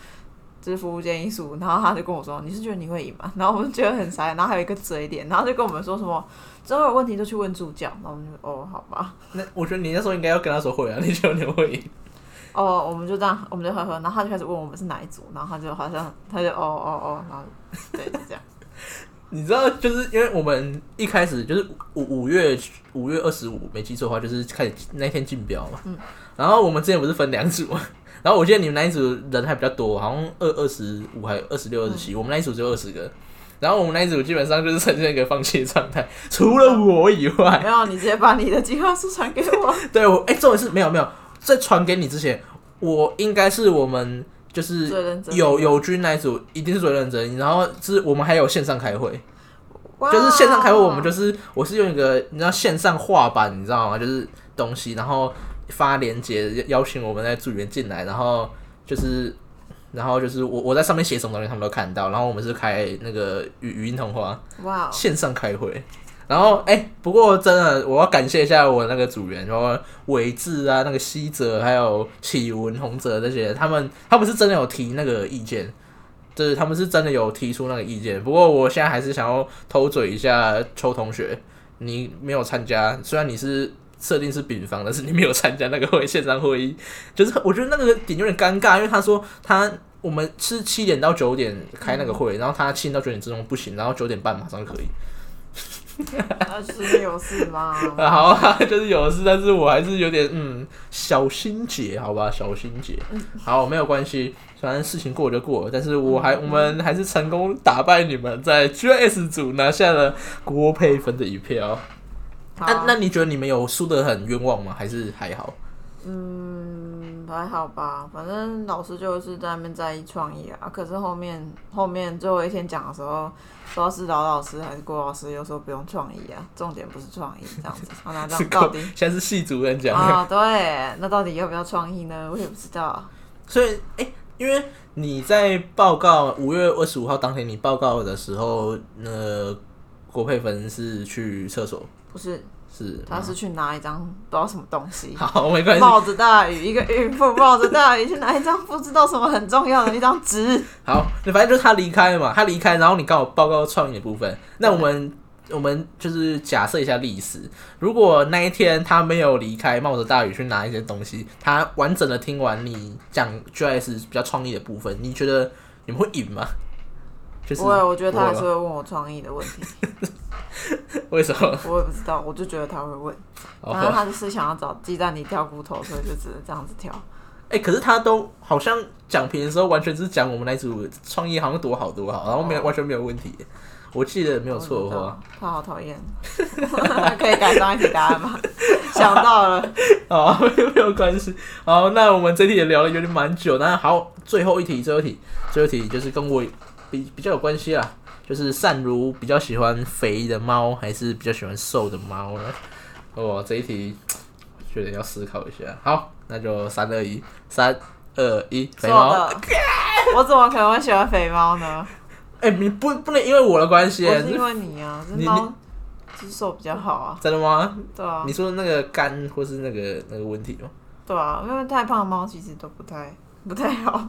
Speaker 2: 就是服务建议书。然后他就跟我说，你是觉得你会赢吗？然后我就觉得很傻眼，然后还有一个嘴脸，然后就跟我们说什么，之后有问题就去问助教。然后我们就哦，好吧，
Speaker 1: 那我觉得你那时候应该要跟他说会啊， 你觉得你会赢？
Speaker 2: 哦，我们就这样，我们就呵呵，然后他就开始问我们是哪一组，然后他就好像他就哦哦哦，然后对，就这样。
Speaker 1: 你知道，就是因为我们一开始就是五五月五月二十五，没记错的话，就是开始那天竞标嘛。嗯。然后我们之前不是分两组嘛， 然后我记得你们那一组人还比较多，好像二二十五还二十六、二十
Speaker 2: 嗯
Speaker 1: 七，我们那一组只有二十个。然后我们那一组基本上就是呈现一个放弃的状态，除了我以外，
Speaker 2: 没有，你直接把你的计划书传给我。
Speaker 1: 对我，哎、重点是没有没有，在传给你之前，我应该是我们就是
Speaker 2: 最认真的
Speaker 1: 有友军那一组一定是最认真，然后是我们还有线上开会，
Speaker 2: 哇
Speaker 1: 就是线上开会，我们就是我是用一个你知道线上画板，你知道吗？就是东西，然后发连接邀请我们的组员进来，然后就是。然后就是我我在上面写什么东西，他们都看到。然后我们是开那个语语音通话，
Speaker 2: 哇哦，
Speaker 1: 线上开会。然后，哎、不过真的，我要感谢一下我那个组员，然后伟志啊、那个西泽、还有启文、洪泽这些，他们他们是真的有提那个意见，就是他们是真的有提出那个意见。不过我现在还是想要偷嘴一下邱同学，你没有参加，虽然你是设定是丙方，但是你没有参加那个会线上会议，就是我觉得那个点有点尴尬，因为他说他我们是七点到九点开那个会，然后他七点到九点之中不行，然后九点半马上可以。
Speaker 2: 那就是有事吗？
Speaker 1: 啊，好啊，就是有事，但是我还是有点嗯小心结，好吧，小心结。
Speaker 2: 嗯
Speaker 1: 好，没有关系，反正事情过就过了。但是我还、
Speaker 2: 嗯
Speaker 1: 我们还是成功打败你们，在 GS 组拿下了郭佩芬的一票。 那、
Speaker 2: 好啊
Speaker 1: 那你觉得你们有输得很冤枉吗？还是还好？
Speaker 2: 嗯，还好吧，反正老师就是在那边在意创意啊。可是后面后面最后一天讲的时候，不知道是老老师还是郭老师又说不用创意啊，重点不是创意这样子。好，那 到
Speaker 1: 是
Speaker 2: 到 底
Speaker 1: 现在是系主任讲的，
Speaker 2: 啊、对，那到底要不要创意呢？我也不知道。
Speaker 1: 所以哎、因为你在报告五月二十五号当天你报告的时候，呃，郭佩芬是去厕所，
Speaker 2: 不是，
Speaker 1: 是
Speaker 2: 他是去拿一张不知道什么东西。
Speaker 1: 好，没关系。
Speaker 2: 冒着大雨，一 个孕妇冒着大雨去拿一张不知道什么很重要的一张纸，
Speaker 1: 好，那反正就是他离开了嘛，他离开，然后你刚好报告创意的部分。那我们我们就是假设一下历史，如果那一天他没有离开，冒着大雨去拿一些东西，他完整的听完你讲 GIS 比较创意的部分，你觉得你们会赢吗？ 就是
Speaker 2: 我也我觉得他还
Speaker 1: 不
Speaker 2: 是
Speaker 1: 会
Speaker 2: 会问我创意的 问题，
Speaker 1: 吗 为什么？
Speaker 2: 我也不知道，我就觉得他会问，
Speaker 1: 哦
Speaker 2: 反正他就是想要找鸡蛋里挑骨头，所以就只能这样子挑。
Speaker 1: 哎、可是他都好像讲评的时候，完全是讲我们那一组创意好像多好多好，然后没有、
Speaker 2: 哦
Speaker 1: 完全没有问题。我记得没有错啊
Speaker 2: 我
Speaker 1: 的
Speaker 2: 不知
Speaker 1: 话
Speaker 2: 道，，他好讨厌， 可以改上一题答案吗？想到了，哦
Speaker 1: 好， 哦没有关系。好，那我们这题也聊了有点蛮久，那好，最后一题，最后一题，最后一题就是跟我比比较有关系啦，就是善如比较喜欢肥的猫，还是比较喜欢瘦的猫呢？哦，这一题觉得要思考一下。好，那就三二一，三二一， 肥
Speaker 2: 做
Speaker 1: 猫。
Speaker 2: 的，我怎么可能会喜欢肥 猫呢？
Speaker 1: 哎、你不不能因为我的关系，
Speaker 2: 我是因
Speaker 1: 是
Speaker 2: 为你啊，这
Speaker 1: 你
Speaker 2: 猫就是瘦比较好啊，
Speaker 1: 真的吗？
Speaker 2: 对啊
Speaker 1: 你，说的那个肝或是那个那个问题吗？
Speaker 2: 对啊，因为太胖的猫其实都不太不太好，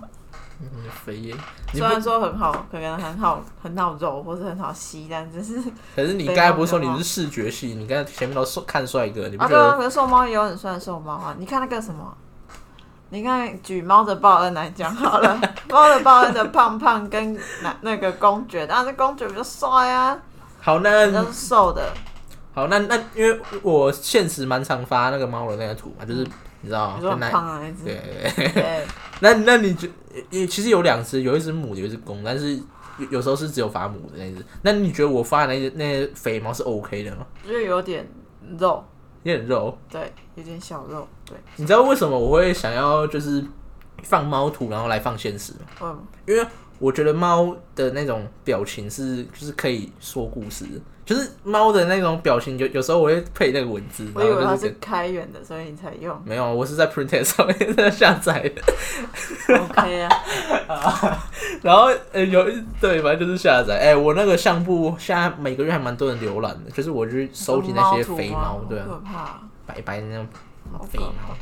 Speaker 1: 嗯，肥耶，你
Speaker 2: 虽
Speaker 1: 不
Speaker 2: 然说很好，可能很好很好揉或是很好吸，但就是
Speaker 1: 可是你刚才不是说你是视觉系？你刚才前面都说看帅哥，你不
Speaker 2: 啊，
Speaker 1: 觉
Speaker 2: 对啊，
Speaker 1: 得？
Speaker 2: 可是瘦猫也有很帅的瘦猫啊。你看那个什么，你看举猫的报恩来讲好了，猫的报恩的胖胖跟那那个公爵，但是公爵比较帅啊，
Speaker 1: 好，
Speaker 2: 比较
Speaker 1: 那
Speaker 2: 瘦的。
Speaker 1: 好，那那因为我现实蛮常发那个猫的那个图嘛，就是你知道吗？
Speaker 2: 嗯你说
Speaker 1: 就
Speaker 2: 很
Speaker 1: 男
Speaker 2: 胖啊的那
Speaker 1: 嗯哦对
Speaker 2: 只，
Speaker 1: 对对
Speaker 2: 对，
Speaker 1: 那那你觉也其实有两只，有一只母的，有一只公，但是有有时候是只有发母的那只。那你觉得我发的那只那些肥猫是 OK 的吗？
Speaker 2: 因为有点肉，
Speaker 1: 有点肉，
Speaker 2: 对，有点小肉，对，
Speaker 1: 你知道为什么我会想要就是放猫图，然后来放现实吗？
Speaker 2: 嗯，
Speaker 1: 因为我觉得猫的那种表情是就是可以说故事的，就是猫的那种表情有有时候我会配那个文字，
Speaker 2: 我
Speaker 1: 然
Speaker 2: 以
Speaker 1: 后
Speaker 2: 为
Speaker 1: 就
Speaker 2: 它
Speaker 1: 是
Speaker 2: 是开源的，所以你才用
Speaker 1: 跟没有，我是在 Printess 上面下载的。
Speaker 2: ，OK 啊，
Speaker 1: 然后呃有一对，反正就是下载。哎、我那个相簿现在每个月还蛮多人浏览的，就是我去收集那些肥猫，对、
Speaker 2: 好
Speaker 1: 啊，
Speaker 2: 可怕啊，
Speaker 1: 白白的那种
Speaker 2: 好可
Speaker 1: 肥猫，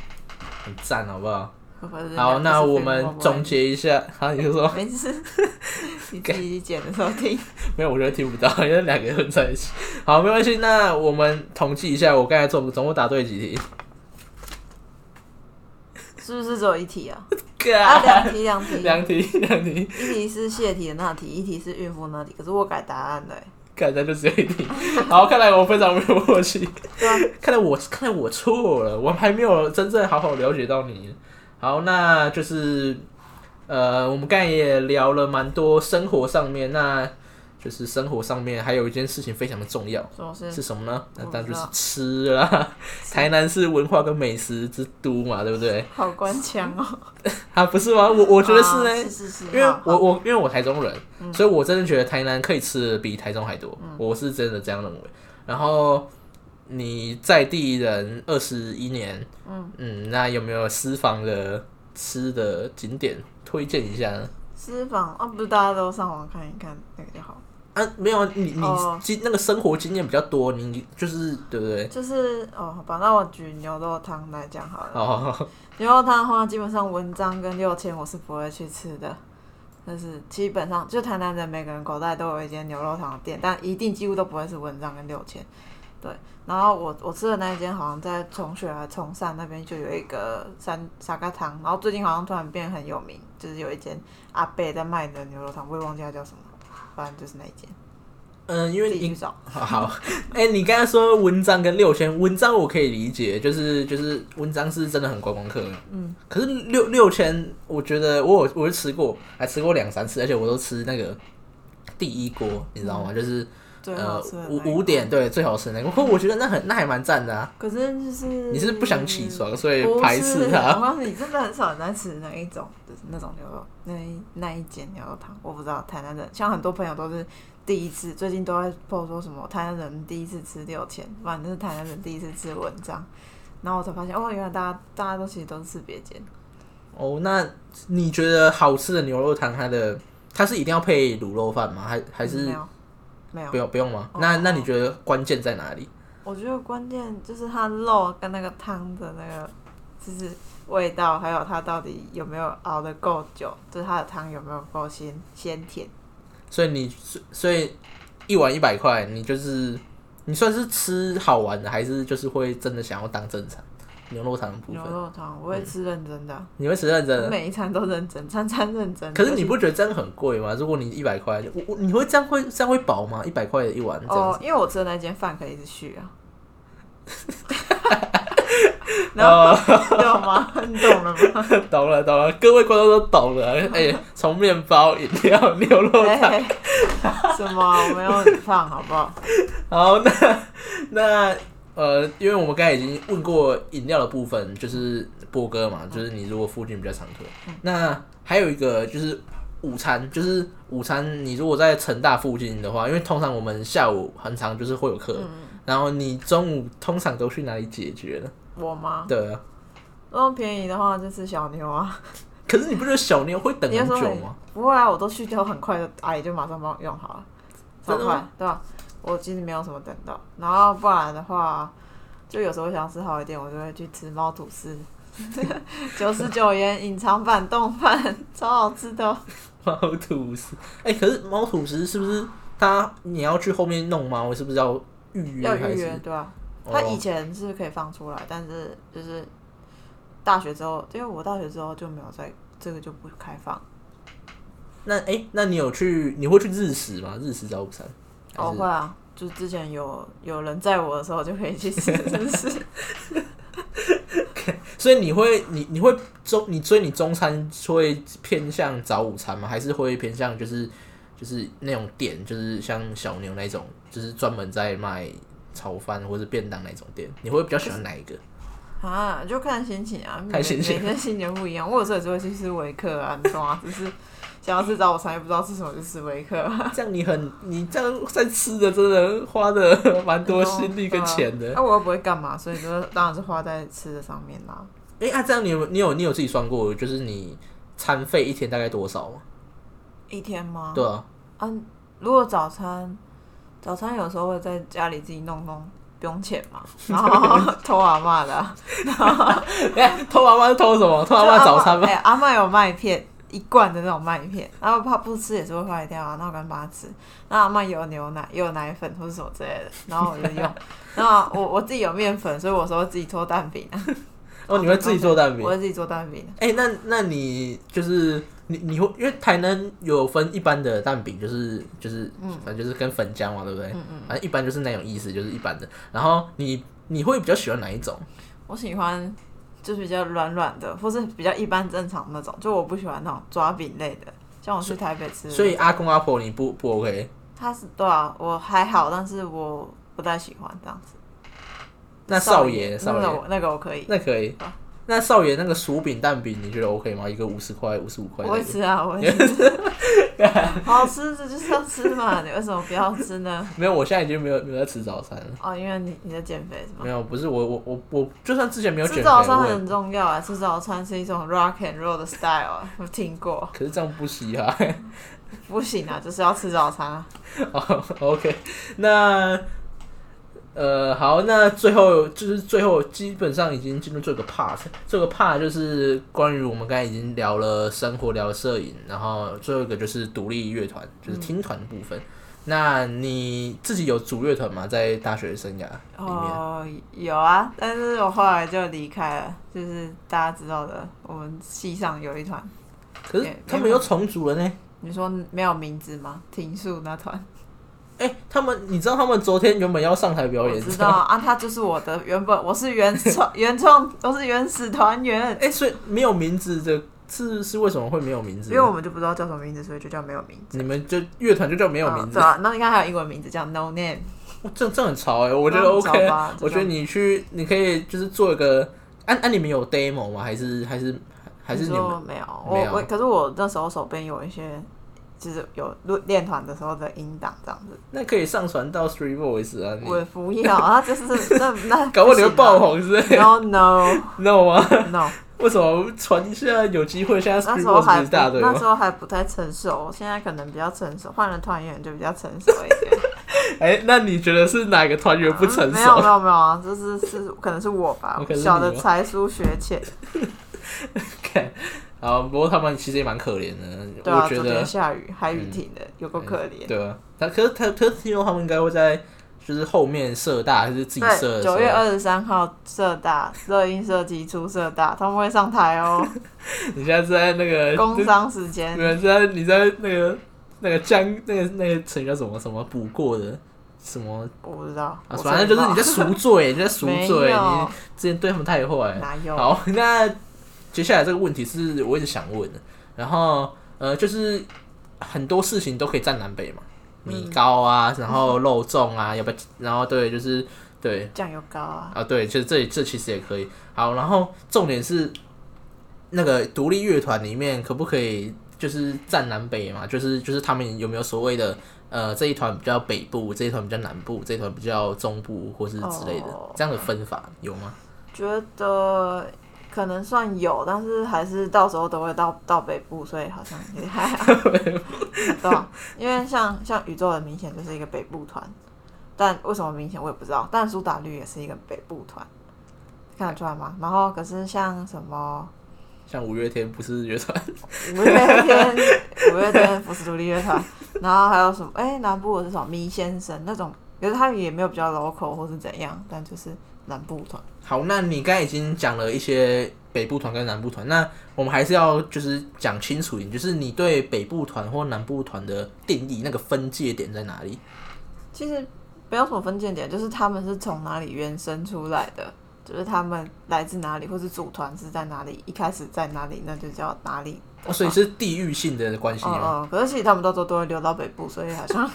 Speaker 1: 很赞，好不好？
Speaker 2: 可怕的。
Speaker 1: 好，那
Speaker 2: 这是
Speaker 1: 我
Speaker 2: 肥猫
Speaker 1: 们
Speaker 2: 不会
Speaker 1: 总结一下。 好，你就说
Speaker 2: 没 事，你自己剪的时候听。
Speaker 1: 没有，我觉得听不到，因为两个混在一起。 好，没关系。那我们统计一下，我刚才总总共答对几题？
Speaker 2: 是不是只有一题啊？啊，两
Speaker 1: 干
Speaker 2: 题 两题，
Speaker 1: 两题，两题，
Speaker 2: 一题是泄题的那题，一题是孕妇那题。可是我改答案了欸、
Speaker 1: 看来就只有一题。好，看来我非常没有默契。
Speaker 2: 对啊，
Speaker 1: 看来我看来我错了，我还没有真正好好了解到你。好，那就是呃，我们刚才也聊了蛮多生活上面，那就是生活上面还有一件事情非常的重要，
Speaker 2: 什么
Speaker 1: 是
Speaker 2: 是
Speaker 1: 什么呢？那
Speaker 2: 嗯我不
Speaker 1: 当然就
Speaker 2: 知
Speaker 1: 是
Speaker 2: 道
Speaker 1: 吃 啦。台南是文化跟美食之都嘛，对不对？
Speaker 2: 好官腔 哦？
Speaker 1: 啊，不是吗？我我觉得是呢、
Speaker 2: 啊是是是，
Speaker 1: 因为
Speaker 2: 好嗯
Speaker 1: 我
Speaker 2: 好
Speaker 1: 我因为我台中人，所以我真的觉得台南可以吃的比台中还多，
Speaker 2: 嗯
Speaker 1: 我是真的这样认为。然后你在地人二十一年，嗯那有没有私房的吃的景点推荐一下呢？
Speaker 2: 私房啊，不是大家都上网看一看那个就好。
Speaker 1: 啊，没有啊，你你
Speaker 2: 哦
Speaker 1: 经、那个生活经验比较多，你就是对不对？
Speaker 2: 就是哦，好吧，那我举牛肉汤来讲好了。
Speaker 1: 哦，
Speaker 2: 牛肉汤的话，基本上文章跟六千我是不会去吃的，但是基本上就台南人每个人口袋都有一间牛肉汤的店，但一定几乎都不会是文章跟六千。对，然后我我吃的那一间好像在重雪还崇善那边就有一个山沙咖汤，然后最近好像突然变很有名，就是有一间阿贝在卖的牛肉汤，我也忘记它叫什么，反正就是那一间，
Speaker 1: 嗯，因
Speaker 2: 自
Speaker 1: 为
Speaker 2: 己去
Speaker 1: 你
Speaker 2: 找。
Speaker 1: 好，哎、你刚才说文章跟六千，文章我可以理解，就是就是文章是真的很观光客，嗯，可是六六千，我觉得我有我是吃过，还吃过两三次，而且我都吃那个第一锅，你知道吗？就是
Speaker 2: 嗯最好
Speaker 1: 呃
Speaker 2: 吃的那一
Speaker 1: 五五
Speaker 2: 间，
Speaker 1: 点对最好吃的那个，可我觉得那很那还蛮赞的啊。
Speaker 2: 可是就是
Speaker 1: 你是不想起床，所以
Speaker 2: 不
Speaker 1: 排
Speaker 2: 是，
Speaker 1: 斥
Speaker 2: 我
Speaker 1: 它？
Speaker 2: 告诉你，真的很少人在吃那一种，就是那种牛肉，那一那一间牛肉汤，我不知道台南人，像很多朋友都是第一次，最近都在报说什么台南人第一次吃六千，反正是台南人第一次吃文章，然后我才发现，哦，原来大家大家都其实都是吃别间，
Speaker 1: 哦，那你觉得好吃的牛肉汤，它的它是一定要配卤肉饭吗？还还是
Speaker 2: 嗯没有没有
Speaker 1: 不，用不用吗？
Speaker 2: 哦
Speaker 1: 那那你觉得关键在哪里？
Speaker 2: 我觉得关键就是它肉跟那个汤的那个就是味道，还有它到底有没有熬得够久，就是它的汤有没有够鲜鲜甜。
Speaker 1: 所以你所所以一碗一百块，你就是你算是吃好玩的，还是就是会真的想要当正餐牛肉汤的部
Speaker 2: 牛
Speaker 1: 分？嗯
Speaker 2: 肉汤我也吃认真的啊、
Speaker 1: 你会吃认真的？
Speaker 2: 每一餐都认真，餐餐认真。
Speaker 1: 可是你
Speaker 2: 尤
Speaker 1: 不觉得这样很贵吗？如果你一百块，我我你会这样会这样会饱吗？一百块的一碗
Speaker 2: 其
Speaker 1: 这样
Speaker 2: 哦
Speaker 1: 子，，
Speaker 2: 因为我吃的那间饭可以一直 续啊。然后
Speaker 1: 哦，
Speaker 2: 你懂吗？你懂了 吗？
Speaker 1: 懂了懂了，各位观众都懂了。 哎、从面包、饮料、牛肉汤，
Speaker 2: 哎，什么啊？我没有很胖，好不好？
Speaker 1: 好，那那呃，因为我们刚才已经问过饮料的部分，就是波哥嘛，就是你如果附近比较常推。
Speaker 2: 嗯
Speaker 1: 那还有一个就是午餐，就是午餐你如果在成大附近的话，因为通常我们下午很常就是会有课，
Speaker 2: 嗯
Speaker 1: 然后你中午通常都去哪里解决呢？
Speaker 2: 我吗？
Speaker 1: 对啊，
Speaker 2: 那么便宜的话就吃小牛啊。
Speaker 1: 可是你不觉得小妞会等
Speaker 2: 你
Speaker 1: 很
Speaker 2: 要说
Speaker 1: 久
Speaker 2: 很
Speaker 1: 吗？
Speaker 2: 不会啊，我都去掉很快就阿姨就马上帮我用好了，超
Speaker 1: 真的吗
Speaker 2: 快，对吧、我其实没有什么等到，然后不然的话，就有时候想吃好一点，我就会去吃猫 吐司，九十九元隐藏版冻饭， 超好吃的。
Speaker 1: 猫吐司，哎、可是猫吐司是不是它你要去后面弄猫，是不是要预约
Speaker 2: 要
Speaker 1: 还
Speaker 2: 预
Speaker 1: 是
Speaker 2: 约？对吧、
Speaker 1: 哦
Speaker 2: 它以前是可以放出来，但是就是大学之后，因为我大学之后就没有在这个就不开放，
Speaker 1: 那哎、诶那你有去？你会去日食吗？日食早午餐？
Speaker 2: 哦会啊，就之前有有人在我的时候就可以去吃，真是。
Speaker 1: 还是所以你会你你会中你追你中餐会偏向早午餐吗？还是会偏向就是就是那种店，就是像小牛那种，就是专门在卖炒饭或者便当那种店？你会比较喜欢哪一个？
Speaker 2: 啊，就看心情啊，每
Speaker 1: 看心情
Speaker 2: 每天心情不一样。我有时候也是会去吃维克啊，你懂吗、只是想要吃早餐，又不知道吃什么，就吃维克啊。
Speaker 1: 这样你很你这样在吃的真的花的蛮多心力跟钱
Speaker 2: 那、
Speaker 1: 的。
Speaker 2: 啊我又不会干嘛，所以就当然是花在吃的上面啦。
Speaker 1: 哎、啊，这样你有你有你有自己算过，就是你餐费一天大概多少吗？
Speaker 2: 一天吗？
Speaker 1: 对啊，
Speaker 2: 啊，如果早餐，早餐有时候会在家里自己弄弄，不用钱嘛，然后 偷阿嬷的啊、
Speaker 1: 哎、偷阿妈是偷什么？偷阿妈早餐吗？
Speaker 2: 哎、阿妈有麦片，一罐的那种麦片，然后怕不吃也是会坏掉啊，那我干脆把它吃。那阿妈有牛奶，也有奶粉或者什么之类的，然后我就 用。那我我自己有面粉，所以我说自己做蛋饼啊。
Speaker 1: 哦，你会自己做蛋饼
Speaker 2: 我？会自己做蛋饼。啊
Speaker 1: 哎、那那你就是你你会因为台南有分一般的蛋饼，就是就是
Speaker 2: 嗯
Speaker 1: 反正就是跟粉浆嘛，对不对？反正一般就是那种意思，就是一般的。然后你你会比较喜欢哪一种？
Speaker 2: 我喜欢就是比较软软的，或是比较一般正常那种，就我不喜欢那种抓饼类的。像我去台北吃，
Speaker 1: 所以阿公阿婆你不不 OK？
Speaker 2: 它是对啊，我还好，但是我不太喜欢这样子。
Speaker 1: 那少爷
Speaker 2: 那
Speaker 1: 少
Speaker 2: 个
Speaker 1: 爷
Speaker 2: 我那个我可以，
Speaker 1: 那可以
Speaker 2: 好。
Speaker 1: 那少爷那个薯饼蛋饼你觉得 OK 吗？一个五十块，五十五块
Speaker 2: 我
Speaker 1: 的。
Speaker 2: 会吃啊，我会吃。 好吃这就是要吃嘛，你为什么不要吃呢？
Speaker 1: 没有，我现在已经没有没有在吃早餐了。
Speaker 2: 哦，因为你你在减肥是吗
Speaker 1: 没？有，不是我我我我，就算之前没有减
Speaker 2: 吃
Speaker 1: 肥，
Speaker 2: 早餐
Speaker 1: 我也
Speaker 2: 很重要啊，吃早餐是一种 rock and roll 的 style 啊，我听过。
Speaker 1: 可是这样不稀哈。
Speaker 2: 不行啊，就是要吃早餐啊。
Speaker 1: 哦 OK，那呃好，那最后就是最后基本上已经进入这个 part，这个 part 就是关于我们刚才已经聊了生活，聊了摄影，然后最后一个就是独立乐团，
Speaker 2: 嗯
Speaker 1: 就是听团部分。那你自己有组乐团吗？在大学生涯里面，
Speaker 2: 哦，有啊，但是我后来就离开了，就是大家知道的，我们系上有一团，
Speaker 1: 可是
Speaker 2: 也
Speaker 1: 他们又重组了呢。
Speaker 2: 你说没有名字吗？停树那团，
Speaker 1: 哎、他们你知道他们昨天原本要上台表
Speaker 2: 我
Speaker 1: 演，
Speaker 2: 知道啊，他就是我的原本，我是原创 原创，我是原始团员，
Speaker 1: 哎、所以没有名字的是是为什么会没有名字
Speaker 2: 因
Speaker 1: 呢？
Speaker 2: 为我们就不知道叫什么名字，所以就叫没有名字。
Speaker 1: 你们就乐团就叫没有名
Speaker 2: 嗯
Speaker 1: 字
Speaker 2: 对，啊，那你看还有英文名字叫 No Name，
Speaker 1: 哇这这很潮哎、我觉得
Speaker 2: 那很潮
Speaker 1: OK，
Speaker 2: 吧
Speaker 1: 我
Speaker 2: 这
Speaker 1: 觉得
Speaker 2: 种
Speaker 1: 你去，你可以就是做一个，按、按你们有 demo 吗？还是还是还是你
Speaker 2: 说
Speaker 1: 们
Speaker 2: 没有，
Speaker 1: 没
Speaker 2: 我
Speaker 1: 有
Speaker 2: 我可是我那时候手边有一些，就是有录练团的时候的音档这样子，
Speaker 1: 那可以上传到 Three Voice 啊？你
Speaker 2: 我不 要啊，这是那那
Speaker 1: 搞不好你会爆
Speaker 2: 红
Speaker 1: 红是不 是？
Speaker 2: ，No No
Speaker 1: 你知道吗？
Speaker 2: No，
Speaker 1: 为什么传一下有机会？现在
Speaker 2: 那
Speaker 1: Three
Speaker 2: 时候
Speaker 1: Voice
Speaker 2: 还
Speaker 1: 不
Speaker 2: 不
Speaker 1: 是大队
Speaker 2: 那时
Speaker 1: 吗？
Speaker 2: 候还不太成熟，现在可能比较成熟，换了团员就比较成熟一 点。
Speaker 1: 哎、那你觉得是哪个团员不成
Speaker 2: 嗯没有没
Speaker 1: 熟？
Speaker 2: 有没有啊，就是是可能是我吧，
Speaker 1: 有可能是
Speaker 2: 小的
Speaker 1: 你吗
Speaker 2: 才疏学浅，
Speaker 1: 看，好，不过他们其实也蛮可怜的，
Speaker 2: 对啊，
Speaker 1: 我觉
Speaker 2: 昨
Speaker 1: 得嗯
Speaker 2: 天下雨还雨停的，有够可怜。
Speaker 1: 对啊。他可是他可是听说他们应该会在就是后面社大还是自己社
Speaker 2: 对，
Speaker 1: 的
Speaker 2: 九月
Speaker 1: 时候
Speaker 2: 二十三号社大热音社基初社大，他们会上台 哦，
Speaker 1: 你现在是在那个
Speaker 2: 工商时间
Speaker 1: 你们在你在那个那个江那个那个成语叫什么什么补过的什么
Speaker 2: 我不知道，
Speaker 1: 啊？
Speaker 2: 我
Speaker 1: 反正就是你在
Speaker 2: 真的
Speaker 1: 赎罪，你在赎
Speaker 2: 不知道
Speaker 1: 罪，
Speaker 2: 没
Speaker 1: 你
Speaker 2: 有
Speaker 1: 之前对他们太坏。
Speaker 2: 哪有？
Speaker 1: 好，那接下来这个问题是我一直想问的，然后呃，就是很多事情都可以占南北嘛，米糕啊，然后肉粽啊，要不要？然后对，就是对
Speaker 2: 酱油膏啊，
Speaker 1: 啊，对，其实这这其实也可以。好，然后重点是那个独立乐团里面可不可以就是占南北嘛？就是就是他们有没有所谓的呃这一团比较北部，这一团比较南部，这一团比较中部或是之类的、
Speaker 2: 哦
Speaker 1: 这样的分法有吗？
Speaker 2: 觉得可能算有，但是还是到时候都会到到北部，所以好像也还 好，对啊因为像像宇宙很明显就是一个北部团，但为什么明显我也不知道。但苏打绿也是一个北部团，看得出来吗？然后可是像什么
Speaker 1: 像五月天不是乐团，
Speaker 2: 五月天、五月天福斯独立乐团，然后还有什么？哎、南部我是什么咪先生那种，可是他们也没有比较 local 或是怎样，但就是南部团。
Speaker 1: 好，那你刚才已经讲了一些北部团跟南部团，那我们还是要就是讲清楚一点，就是你对北部团或南部团的定义，那个分界点在哪里？
Speaker 2: 其实没有什么分界点，就是他们是从哪里原生出来的，就是他们来自哪里，或是组团是在哪里，一开始在哪里，那就叫哪里的
Speaker 1: 哦所以是地域性的关系
Speaker 2: 嗯
Speaker 1: 吗？
Speaker 2: 嗯，可是其实他们到时候都会流到北部，所以好像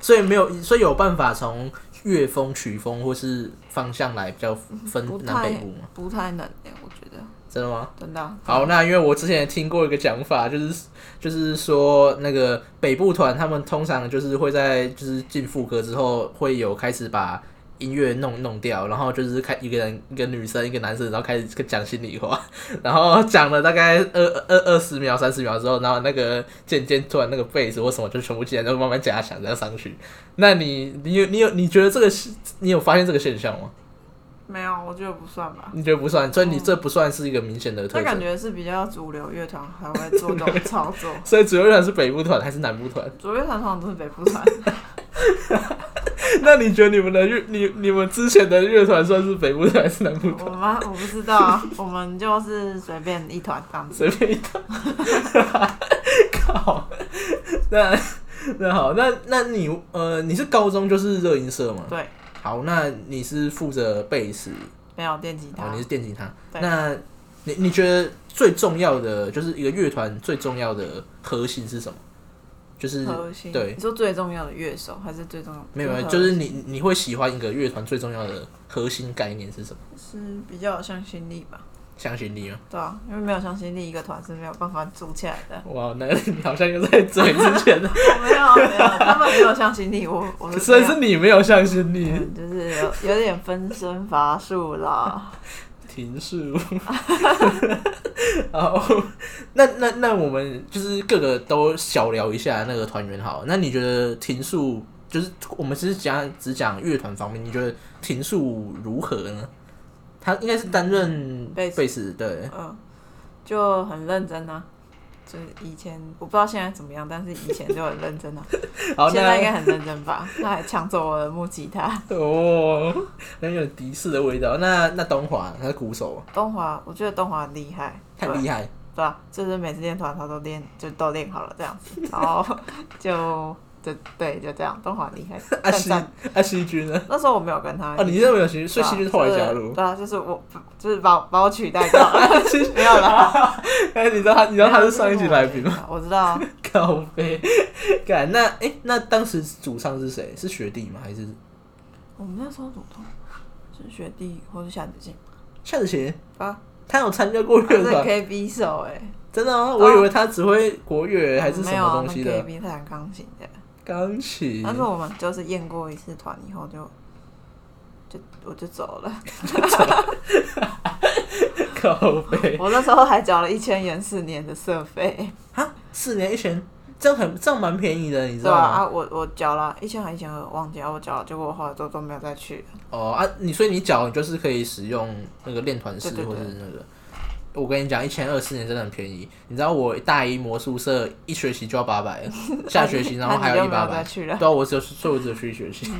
Speaker 1: 所以没有，所以有办法从乐风、曲风或是方向来比较分
Speaker 2: 嗯不
Speaker 1: 南
Speaker 2: 太
Speaker 1: 北部吗？
Speaker 2: 不太能 诶、我觉得
Speaker 1: 真的吗？
Speaker 2: 真的啊、
Speaker 1: 好，那因为我之前也听过一个讲法，就是就是说那个北部团他们通常就是会在就是进副歌之后会有开始把音乐弄弄掉，然后就是开一个人一个女生一个男生，然后开始讲心里话， 然后讲了大概二二二十秒三十秒之后，然后那个渐渐突然那个贝斯或什么就全部进来，就慢慢加强这样上去。那你你有你有你觉得这个是你有发现这个现象吗？
Speaker 2: 没有，我觉得不算吧。
Speaker 1: 你觉得不算，所以你这不算是一个明显的特
Speaker 2: 那
Speaker 1: 征。
Speaker 2: 感觉是比较主流乐团还会做这种操作，
Speaker 1: 所以主流团是北部团还是南部团？
Speaker 2: 主流乐团通常都是北部团，
Speaker 1: 那你觉得你们的乐，你你们之前的乐团算是北部团还是南部团？
Speaker 2: 我们我不知道啊，我们就是随便一团这样子。
Speaker 1: 随便一套。 靠，那那好，那那你呃，你是高中就是热音社吗？
Speaker 2: 对，
Speaker 1: 好，那你是负责贝斯，
Speaker 2: 没有电吉
Speaker 1: 然
Speaker 2: 他
Speaker 1: 哦后你，是电吉他。
Speaker 2: 啊对
Speaker 1: 那你你觉得最重要的就是一个乐团最重要的核心是什么？就是
Speaker 2: 核心。
Speaker 1: 对
Speaker 2: 你说最重要的乐手还是最重要？
Speaker 1: 没有没有，
Speaker 2: 核
Speaker 1: 就是你你会喜欢一个乐团最重要的核心概念是什么？
Speaker 2: 是比较有向心力吧？
Speaker 1: 向心力吗？。
Speaker 2: 对啊，因为没有向心力，一个团是没有办法组起来的
Speaker 1: 哇，那你好像又在嘴之 前的，
Speaker 2: 我没有没有，他们没有向心力，我我
Speaker 1: 所以
Speaker 2: 没有
Speaker 1: 是你没有向心力。
Speaker 2: 嗯就是有有点分身乏 术啦。
Speaker 1: 停树。 好，那那那我们就是各个都小聊一下那个团员好了。那你觉得停树就是我们只是讲只讲乐团方面，你觉得停树如何呢？他应该是担任
Speaker 2: 贝斯
Speaker 1: 贝斯，对，
Speaker 2: 嗯，就很认真啊。就是以前我不知道现在怎么样，但是以前就很认真啊。
Speaker 1: 好，
Speaker 2: 现在应
Speaker 1: 那
Speaker 2: 该很认真吧？他还抢走我的木吉他。
Speaker 1: 哦， 那有点敌视的味道。那那东华他是鼓手，
Speaker 2: 东华，我觉得东华很厉害，
Speaker 1: 太
Speaker 2: 对
Speaker 1: 厉害，
Speaker 2: 对啊，就是每次练团他都练，就都练好了这样子，然后就就对，就这样。东华 很厉害，
Speaker 1: 阿
Speaker 2: 但
Speaker 1: 西
Speaker 2: 但
Speaker 1: 阿西君呢？
Speaker 2: 那时候我没有跟他一
Speaker 1: 哦，
Speaker 2: 起。
Speaker 1: 啊你认为有西，所以西
Speaker 2: 啊对
Speaker 1: 君
Speaker 2: 啊
Speaker 1: 是后来加
Speaker 2: 就
Speaker 1: 入
Speaker 2: 是。对啊，就是我，就是把把我取代掉 了，没有啦。
Speaker 1: 哎，你知道他，你知道他是上一集来宾吗？
Speaker 2: 我知道啊，
Speaker 1: 靠背，干那哎、那当时主唱是谁？是学弟吗？还是
Speaker 2: 我们那时候怎么唱是学弟或是夏子静
Speaker 1: 夏子晴？
Speaker 2: 啊，
Speaker 1: 他有参加过乐
Speaker 2: 是
Speaker 1: 团？
Speaker 2: KB 手哎、
Speaker 1: 真的吗？我以为他只会国乐还是什
Speaker 2: 没有啊
Speaker 1: 么东西
Speaker 2: 那
Speaker 1: 的
Speaker 2: KB 弹钢琴的。
Speaker 1: 钢琴。
Speaker 2: 但是我们就是验过一次团以后就，就我就走了。
Speaker 1: 靠背
Speaker 2: 我那时候还缴了一千元四年的社费，
Speaker 1: 啊，四年一千，这样很这样蛮便宜的，你
Speaker 2: 对
Speaker 1: 知道
Speaker 2: 吧、
Speaker 1: 吗？
Speaker 2: 啊？我我缴了一千还一千二，忘记了我缴了，结果我后来都都没有再去。
Speaker 1: 哦啊，你所以你缴就是可以使用那个练团式
Speaker 2: 对对
Speaker 1: 或
Speaker 2: 对
Speaker 1: 者是那个。我跟你讲，一千二四年真的很便宜。你知道我大一魔术社一学期就要八百，下学期然后还
Speaker 2: 那
Speaker 1: 有
Speaker 2: 你
Speaker 1: 一
Speaker 2: 就没
Speaker 1: 八
Speaker 2: 有再
Speaker 1: 百。
Speaker 2: 去了。
Speaker 1: 对啊，我只有所以我只有去一学期。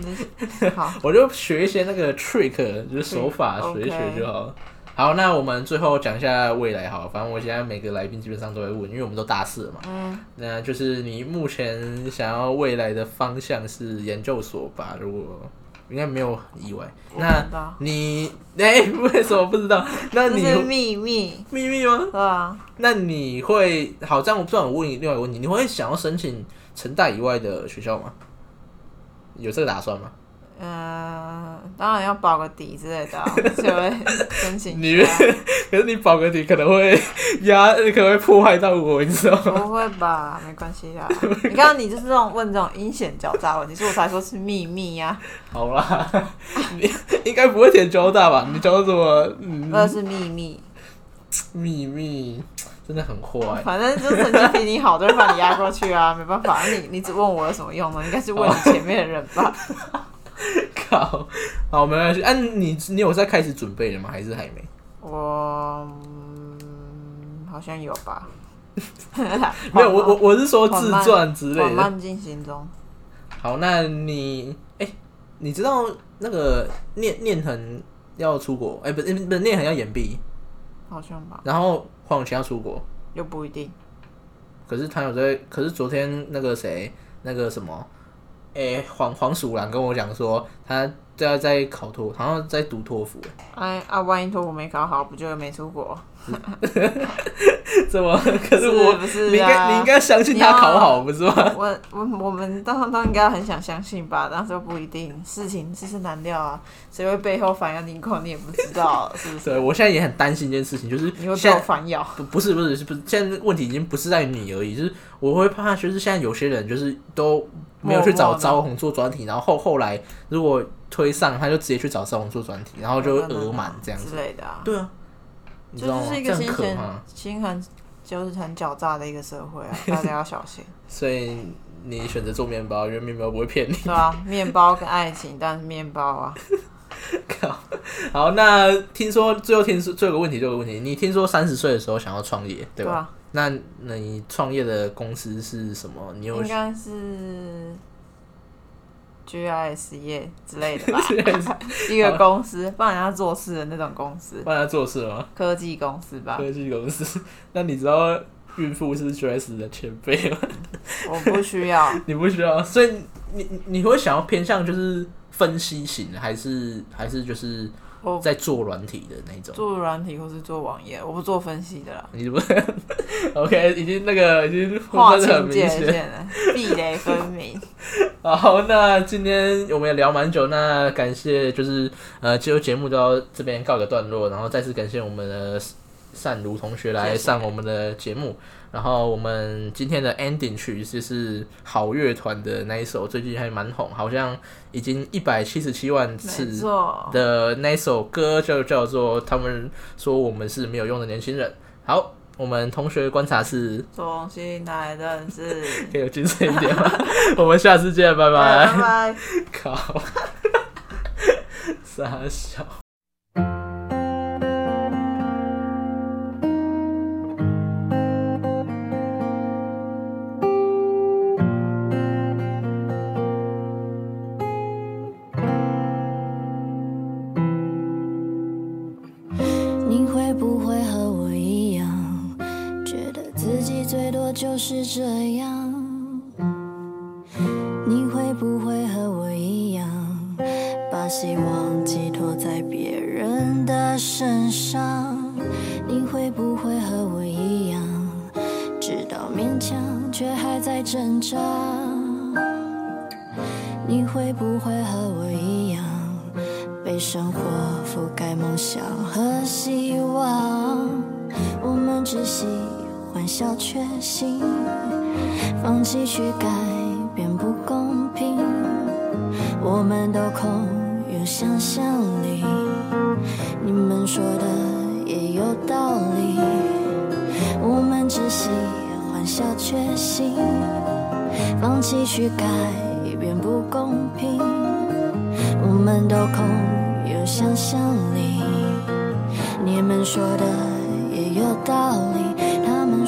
Speaker 2: 嗯好，
Speaker 1: 我就学一些那个 trick，就是手法，
Speaker 2: 嗯
Speaker 1: 学一学
Speaker 2: OK
Speaker 1: 就好了。好，那我们最后讲一下未来好了，反正我现在每个来宾基本上都会问，因为我们都大四了嘛。
Speaker 2: 嗯，
Speaker 1: 那就是你目前想要未来的方向是研究所吧？如果应该没有意外，
Speaker 2: 我
Speaker 1: 那
Speaker 2: 知道，
Speaker 1: 你 哎、为什么不知道？那
Speaker 2: 这
Speaker 1: 你
Speaker 2: 是秘密，
Speaker 1: 秘密吗？
Speaker 2: 对啊，
Speaker 1: 那你会好？这样我不然我问你另外一个问题，你会想要申请成大以外的学校吗？有这个打算吗？
Speaker 2: 嗯、当然要保个底之类的、啊，就 会申请
Speaker 1: 你
Speaker 2: 一下。
Speaker 1: 可是你保个底可能会压，可能会破坏到我，你知 道吗？
Speaker 2: 不会吧，没关系啦。啊你看，你就是这种问这种阴险狡诈问题，所以我才说是秘密啊呀、
Speaker 1: 好啦， 你应该不会填交大吧？你交什么？ 嗯，
Speaker 2: 那是秘密。
Speaker 1: 秘密真的很坏。
Speaker 2: 反正就成绩比你好，都会把你压过去啊，没办法。你你只问我有什么用呢？应该是问你前面的人吧。
Speaker 1: 靠，好没关系。啊，你你有在开始准备了吗？还是还没？
Speaker 2: 我、嗯、好像有吧。
Speaker 1: 没有，我我我是说
Speaker 2: 缓
Speaker 1: 自
Speaker 2: 慢
Speaker 1: 传之
Speaker 2: 缓
Speaker 1: 类的。
Speaker 2: 慢进行中。
Speaker 1: 好，那你哎、你知道那个念念恒要出国？哎、不是不是念恒要延毕，
Speaker 2: 好像吧，
Speaker 1: 然后黄永琪要出国。
Speaker 2: 又不一定。
Speaker 1: 可是他有在，可是昨天那个谁，那个什么，诶、黄黄鼠狼跟我讲说，他这要在考托，好像在读托福，
Speaker 2: 哎啊，万一托福没考好，不就没出国？
Speaker 1: 怎么？可是我，
Speaker 2: 不是
Speaker 1: 你应该
Speaker 2: 啊
Speaker 1: 你应该相信他考好，不是吗？
Speaker 2: 我我我们都都应该很想相信吧，但是又不一定，事情世事难料啊，谁会背后反咬你一口，你也不知道，是 不是？
Speaker 1: 对，我现在也很担心一件事情，就是
Speaker 2: 你会被
Speaker 1: 现
Speaker 2: 我
Speaker 1: 在
Speaker 2: 反咬？
Speaker 1: 不不是不是是不是，现在问题已经不是在于你而已，就是我会怕，就是现在有些人就是都没有去
Speaker 2: 默
Speaker 1: 找
Speaker 2: 默地
Speaker 1: 招红做专题，然后后后来如果推上，他就直接去找招红做专题，然后就
Speaker 2: 嗯
Speaker 1: 会额满这样子。
Speaker 2: 之类的啊，
Speaker 1: 对啊，你
Speaker 2: 这
Speaker 1: 知道
Speaker 2: 就
Speaker 1: 吗？
Speaker 2: 是一
Speaker 1: 这
Speaker 2: 个
Speaker 1: 很
Speaker 2: 心
Speaker 1: 可
Speaker 2: 很
Speaker 1: 怕。
Speaker 2: 心很就是很狡诈的一个社会啊， 大家要小心。
Speaker 1: 所以你选择做面包，因为面包不会骗你。
Speaker 2: 对啊，面包跟爱情，但是面包啊，
Speaker 1: 靠，好，那听说最后听说最后一个问题，最后一个问题，你听说三十岁的时候想要创业， 对
Speaker 2: 对
Speaker 1: 吧？
Speaker 2: 啊，
Speaker 1: 那那你创业的公司是什么？你有
Speaker 2: 应该是 GIS 业之类 的吧，一个公司，帮人家做事的那种公司，
Speaker 1: 帮他做事吗？
Speaker 2: 科技公司吧。
Speaker 1: 科技公司。那你知道孕妇是 Dress 的前辈吗？
Speaker 2: 我不需要，
Speaker 1: 你不需要，所以你你你会想要偏向就是分析型的，还是还是就是
Speaker 2: 我
Speaker 1: 在做软体的那种？
Speaker 2: 做软体或是做网页，我不做分析 的啦。
Speaker 1: 你不 OK，已经那个已经
Speaker 2: 划
Speaker 1: 分得很
Speaker 2: 清界
Speaker 1: 明显。
Speaker 2: 限了，壁垒分 明。
Speaker 1: 好，那今天我们也聊蛮久，那感谢就是呃，这个节目就到这边告个段落，然后再次感谢我们的善如同学来
Speaker 2: 谢谢
Speaker 1: 上我们的节目，然后我们今天的 ending 曲就是好乐团的那一首，最近还蛮红，好像已经一百七十七万次
Speaker 2: 没错，
Speaker 1: 的那首歌就叫做他们说我们是没有用的年轻人。好，我们同学观察室
Speaker 2: 重新来认识。
Speaker 1: 可以有精神一点吗？我们下次见，拜拜。
Speaker 2: 拜拜。
Speaker 1: 靠，傻笑。
Speaker 3: 你会不会和我一样，觉得自己最多就是这样？你会不会和我一样，把希望寄托在别人的身上？你会不会和我一样，知道勉强却还在挣扎？你会不会和我一样，被生活覆盖梦想和希望？我们只喜欢小确幸，放弃去改变不公平。我们都空有想象力，你们说的也有道理。我们只喜欢小确幸。放弃去改变不公平。我们都空有想象力，你们说的也有道理。他们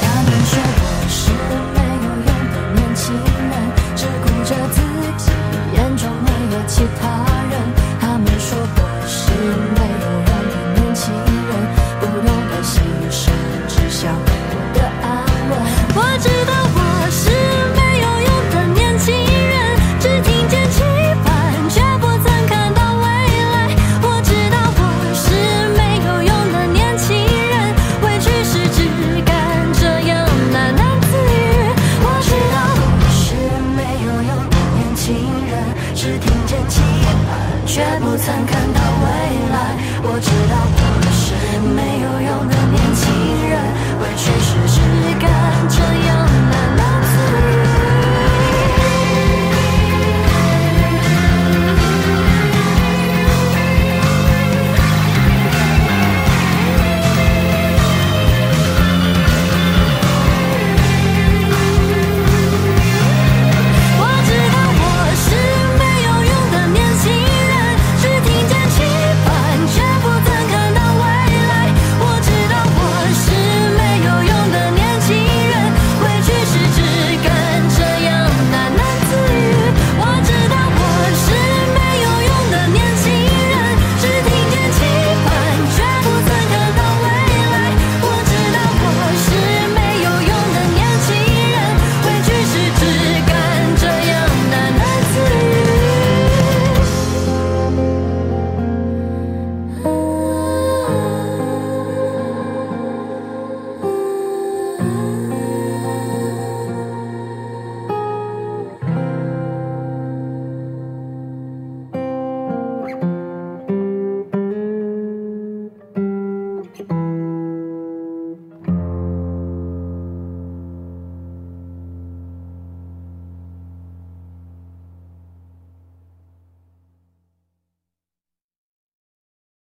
Speaker 3: 他们说我是个没有用的年轻人，只顾着自己，眼中没有其他人。他们说我是没有用的年轻人，不懂得欣赏，只想获得安稳。我知道我是没有用的年轻人，只听见期盼，却不曾看到未来。我知道我是没有用的年轻人，委屈是只敢这样喃喃自语。我知道我是没有用的年轻人，只听见期盼，却不曾看到未来。我知道我是没有用的年轻人，委屈是只敢这样喃喃自语。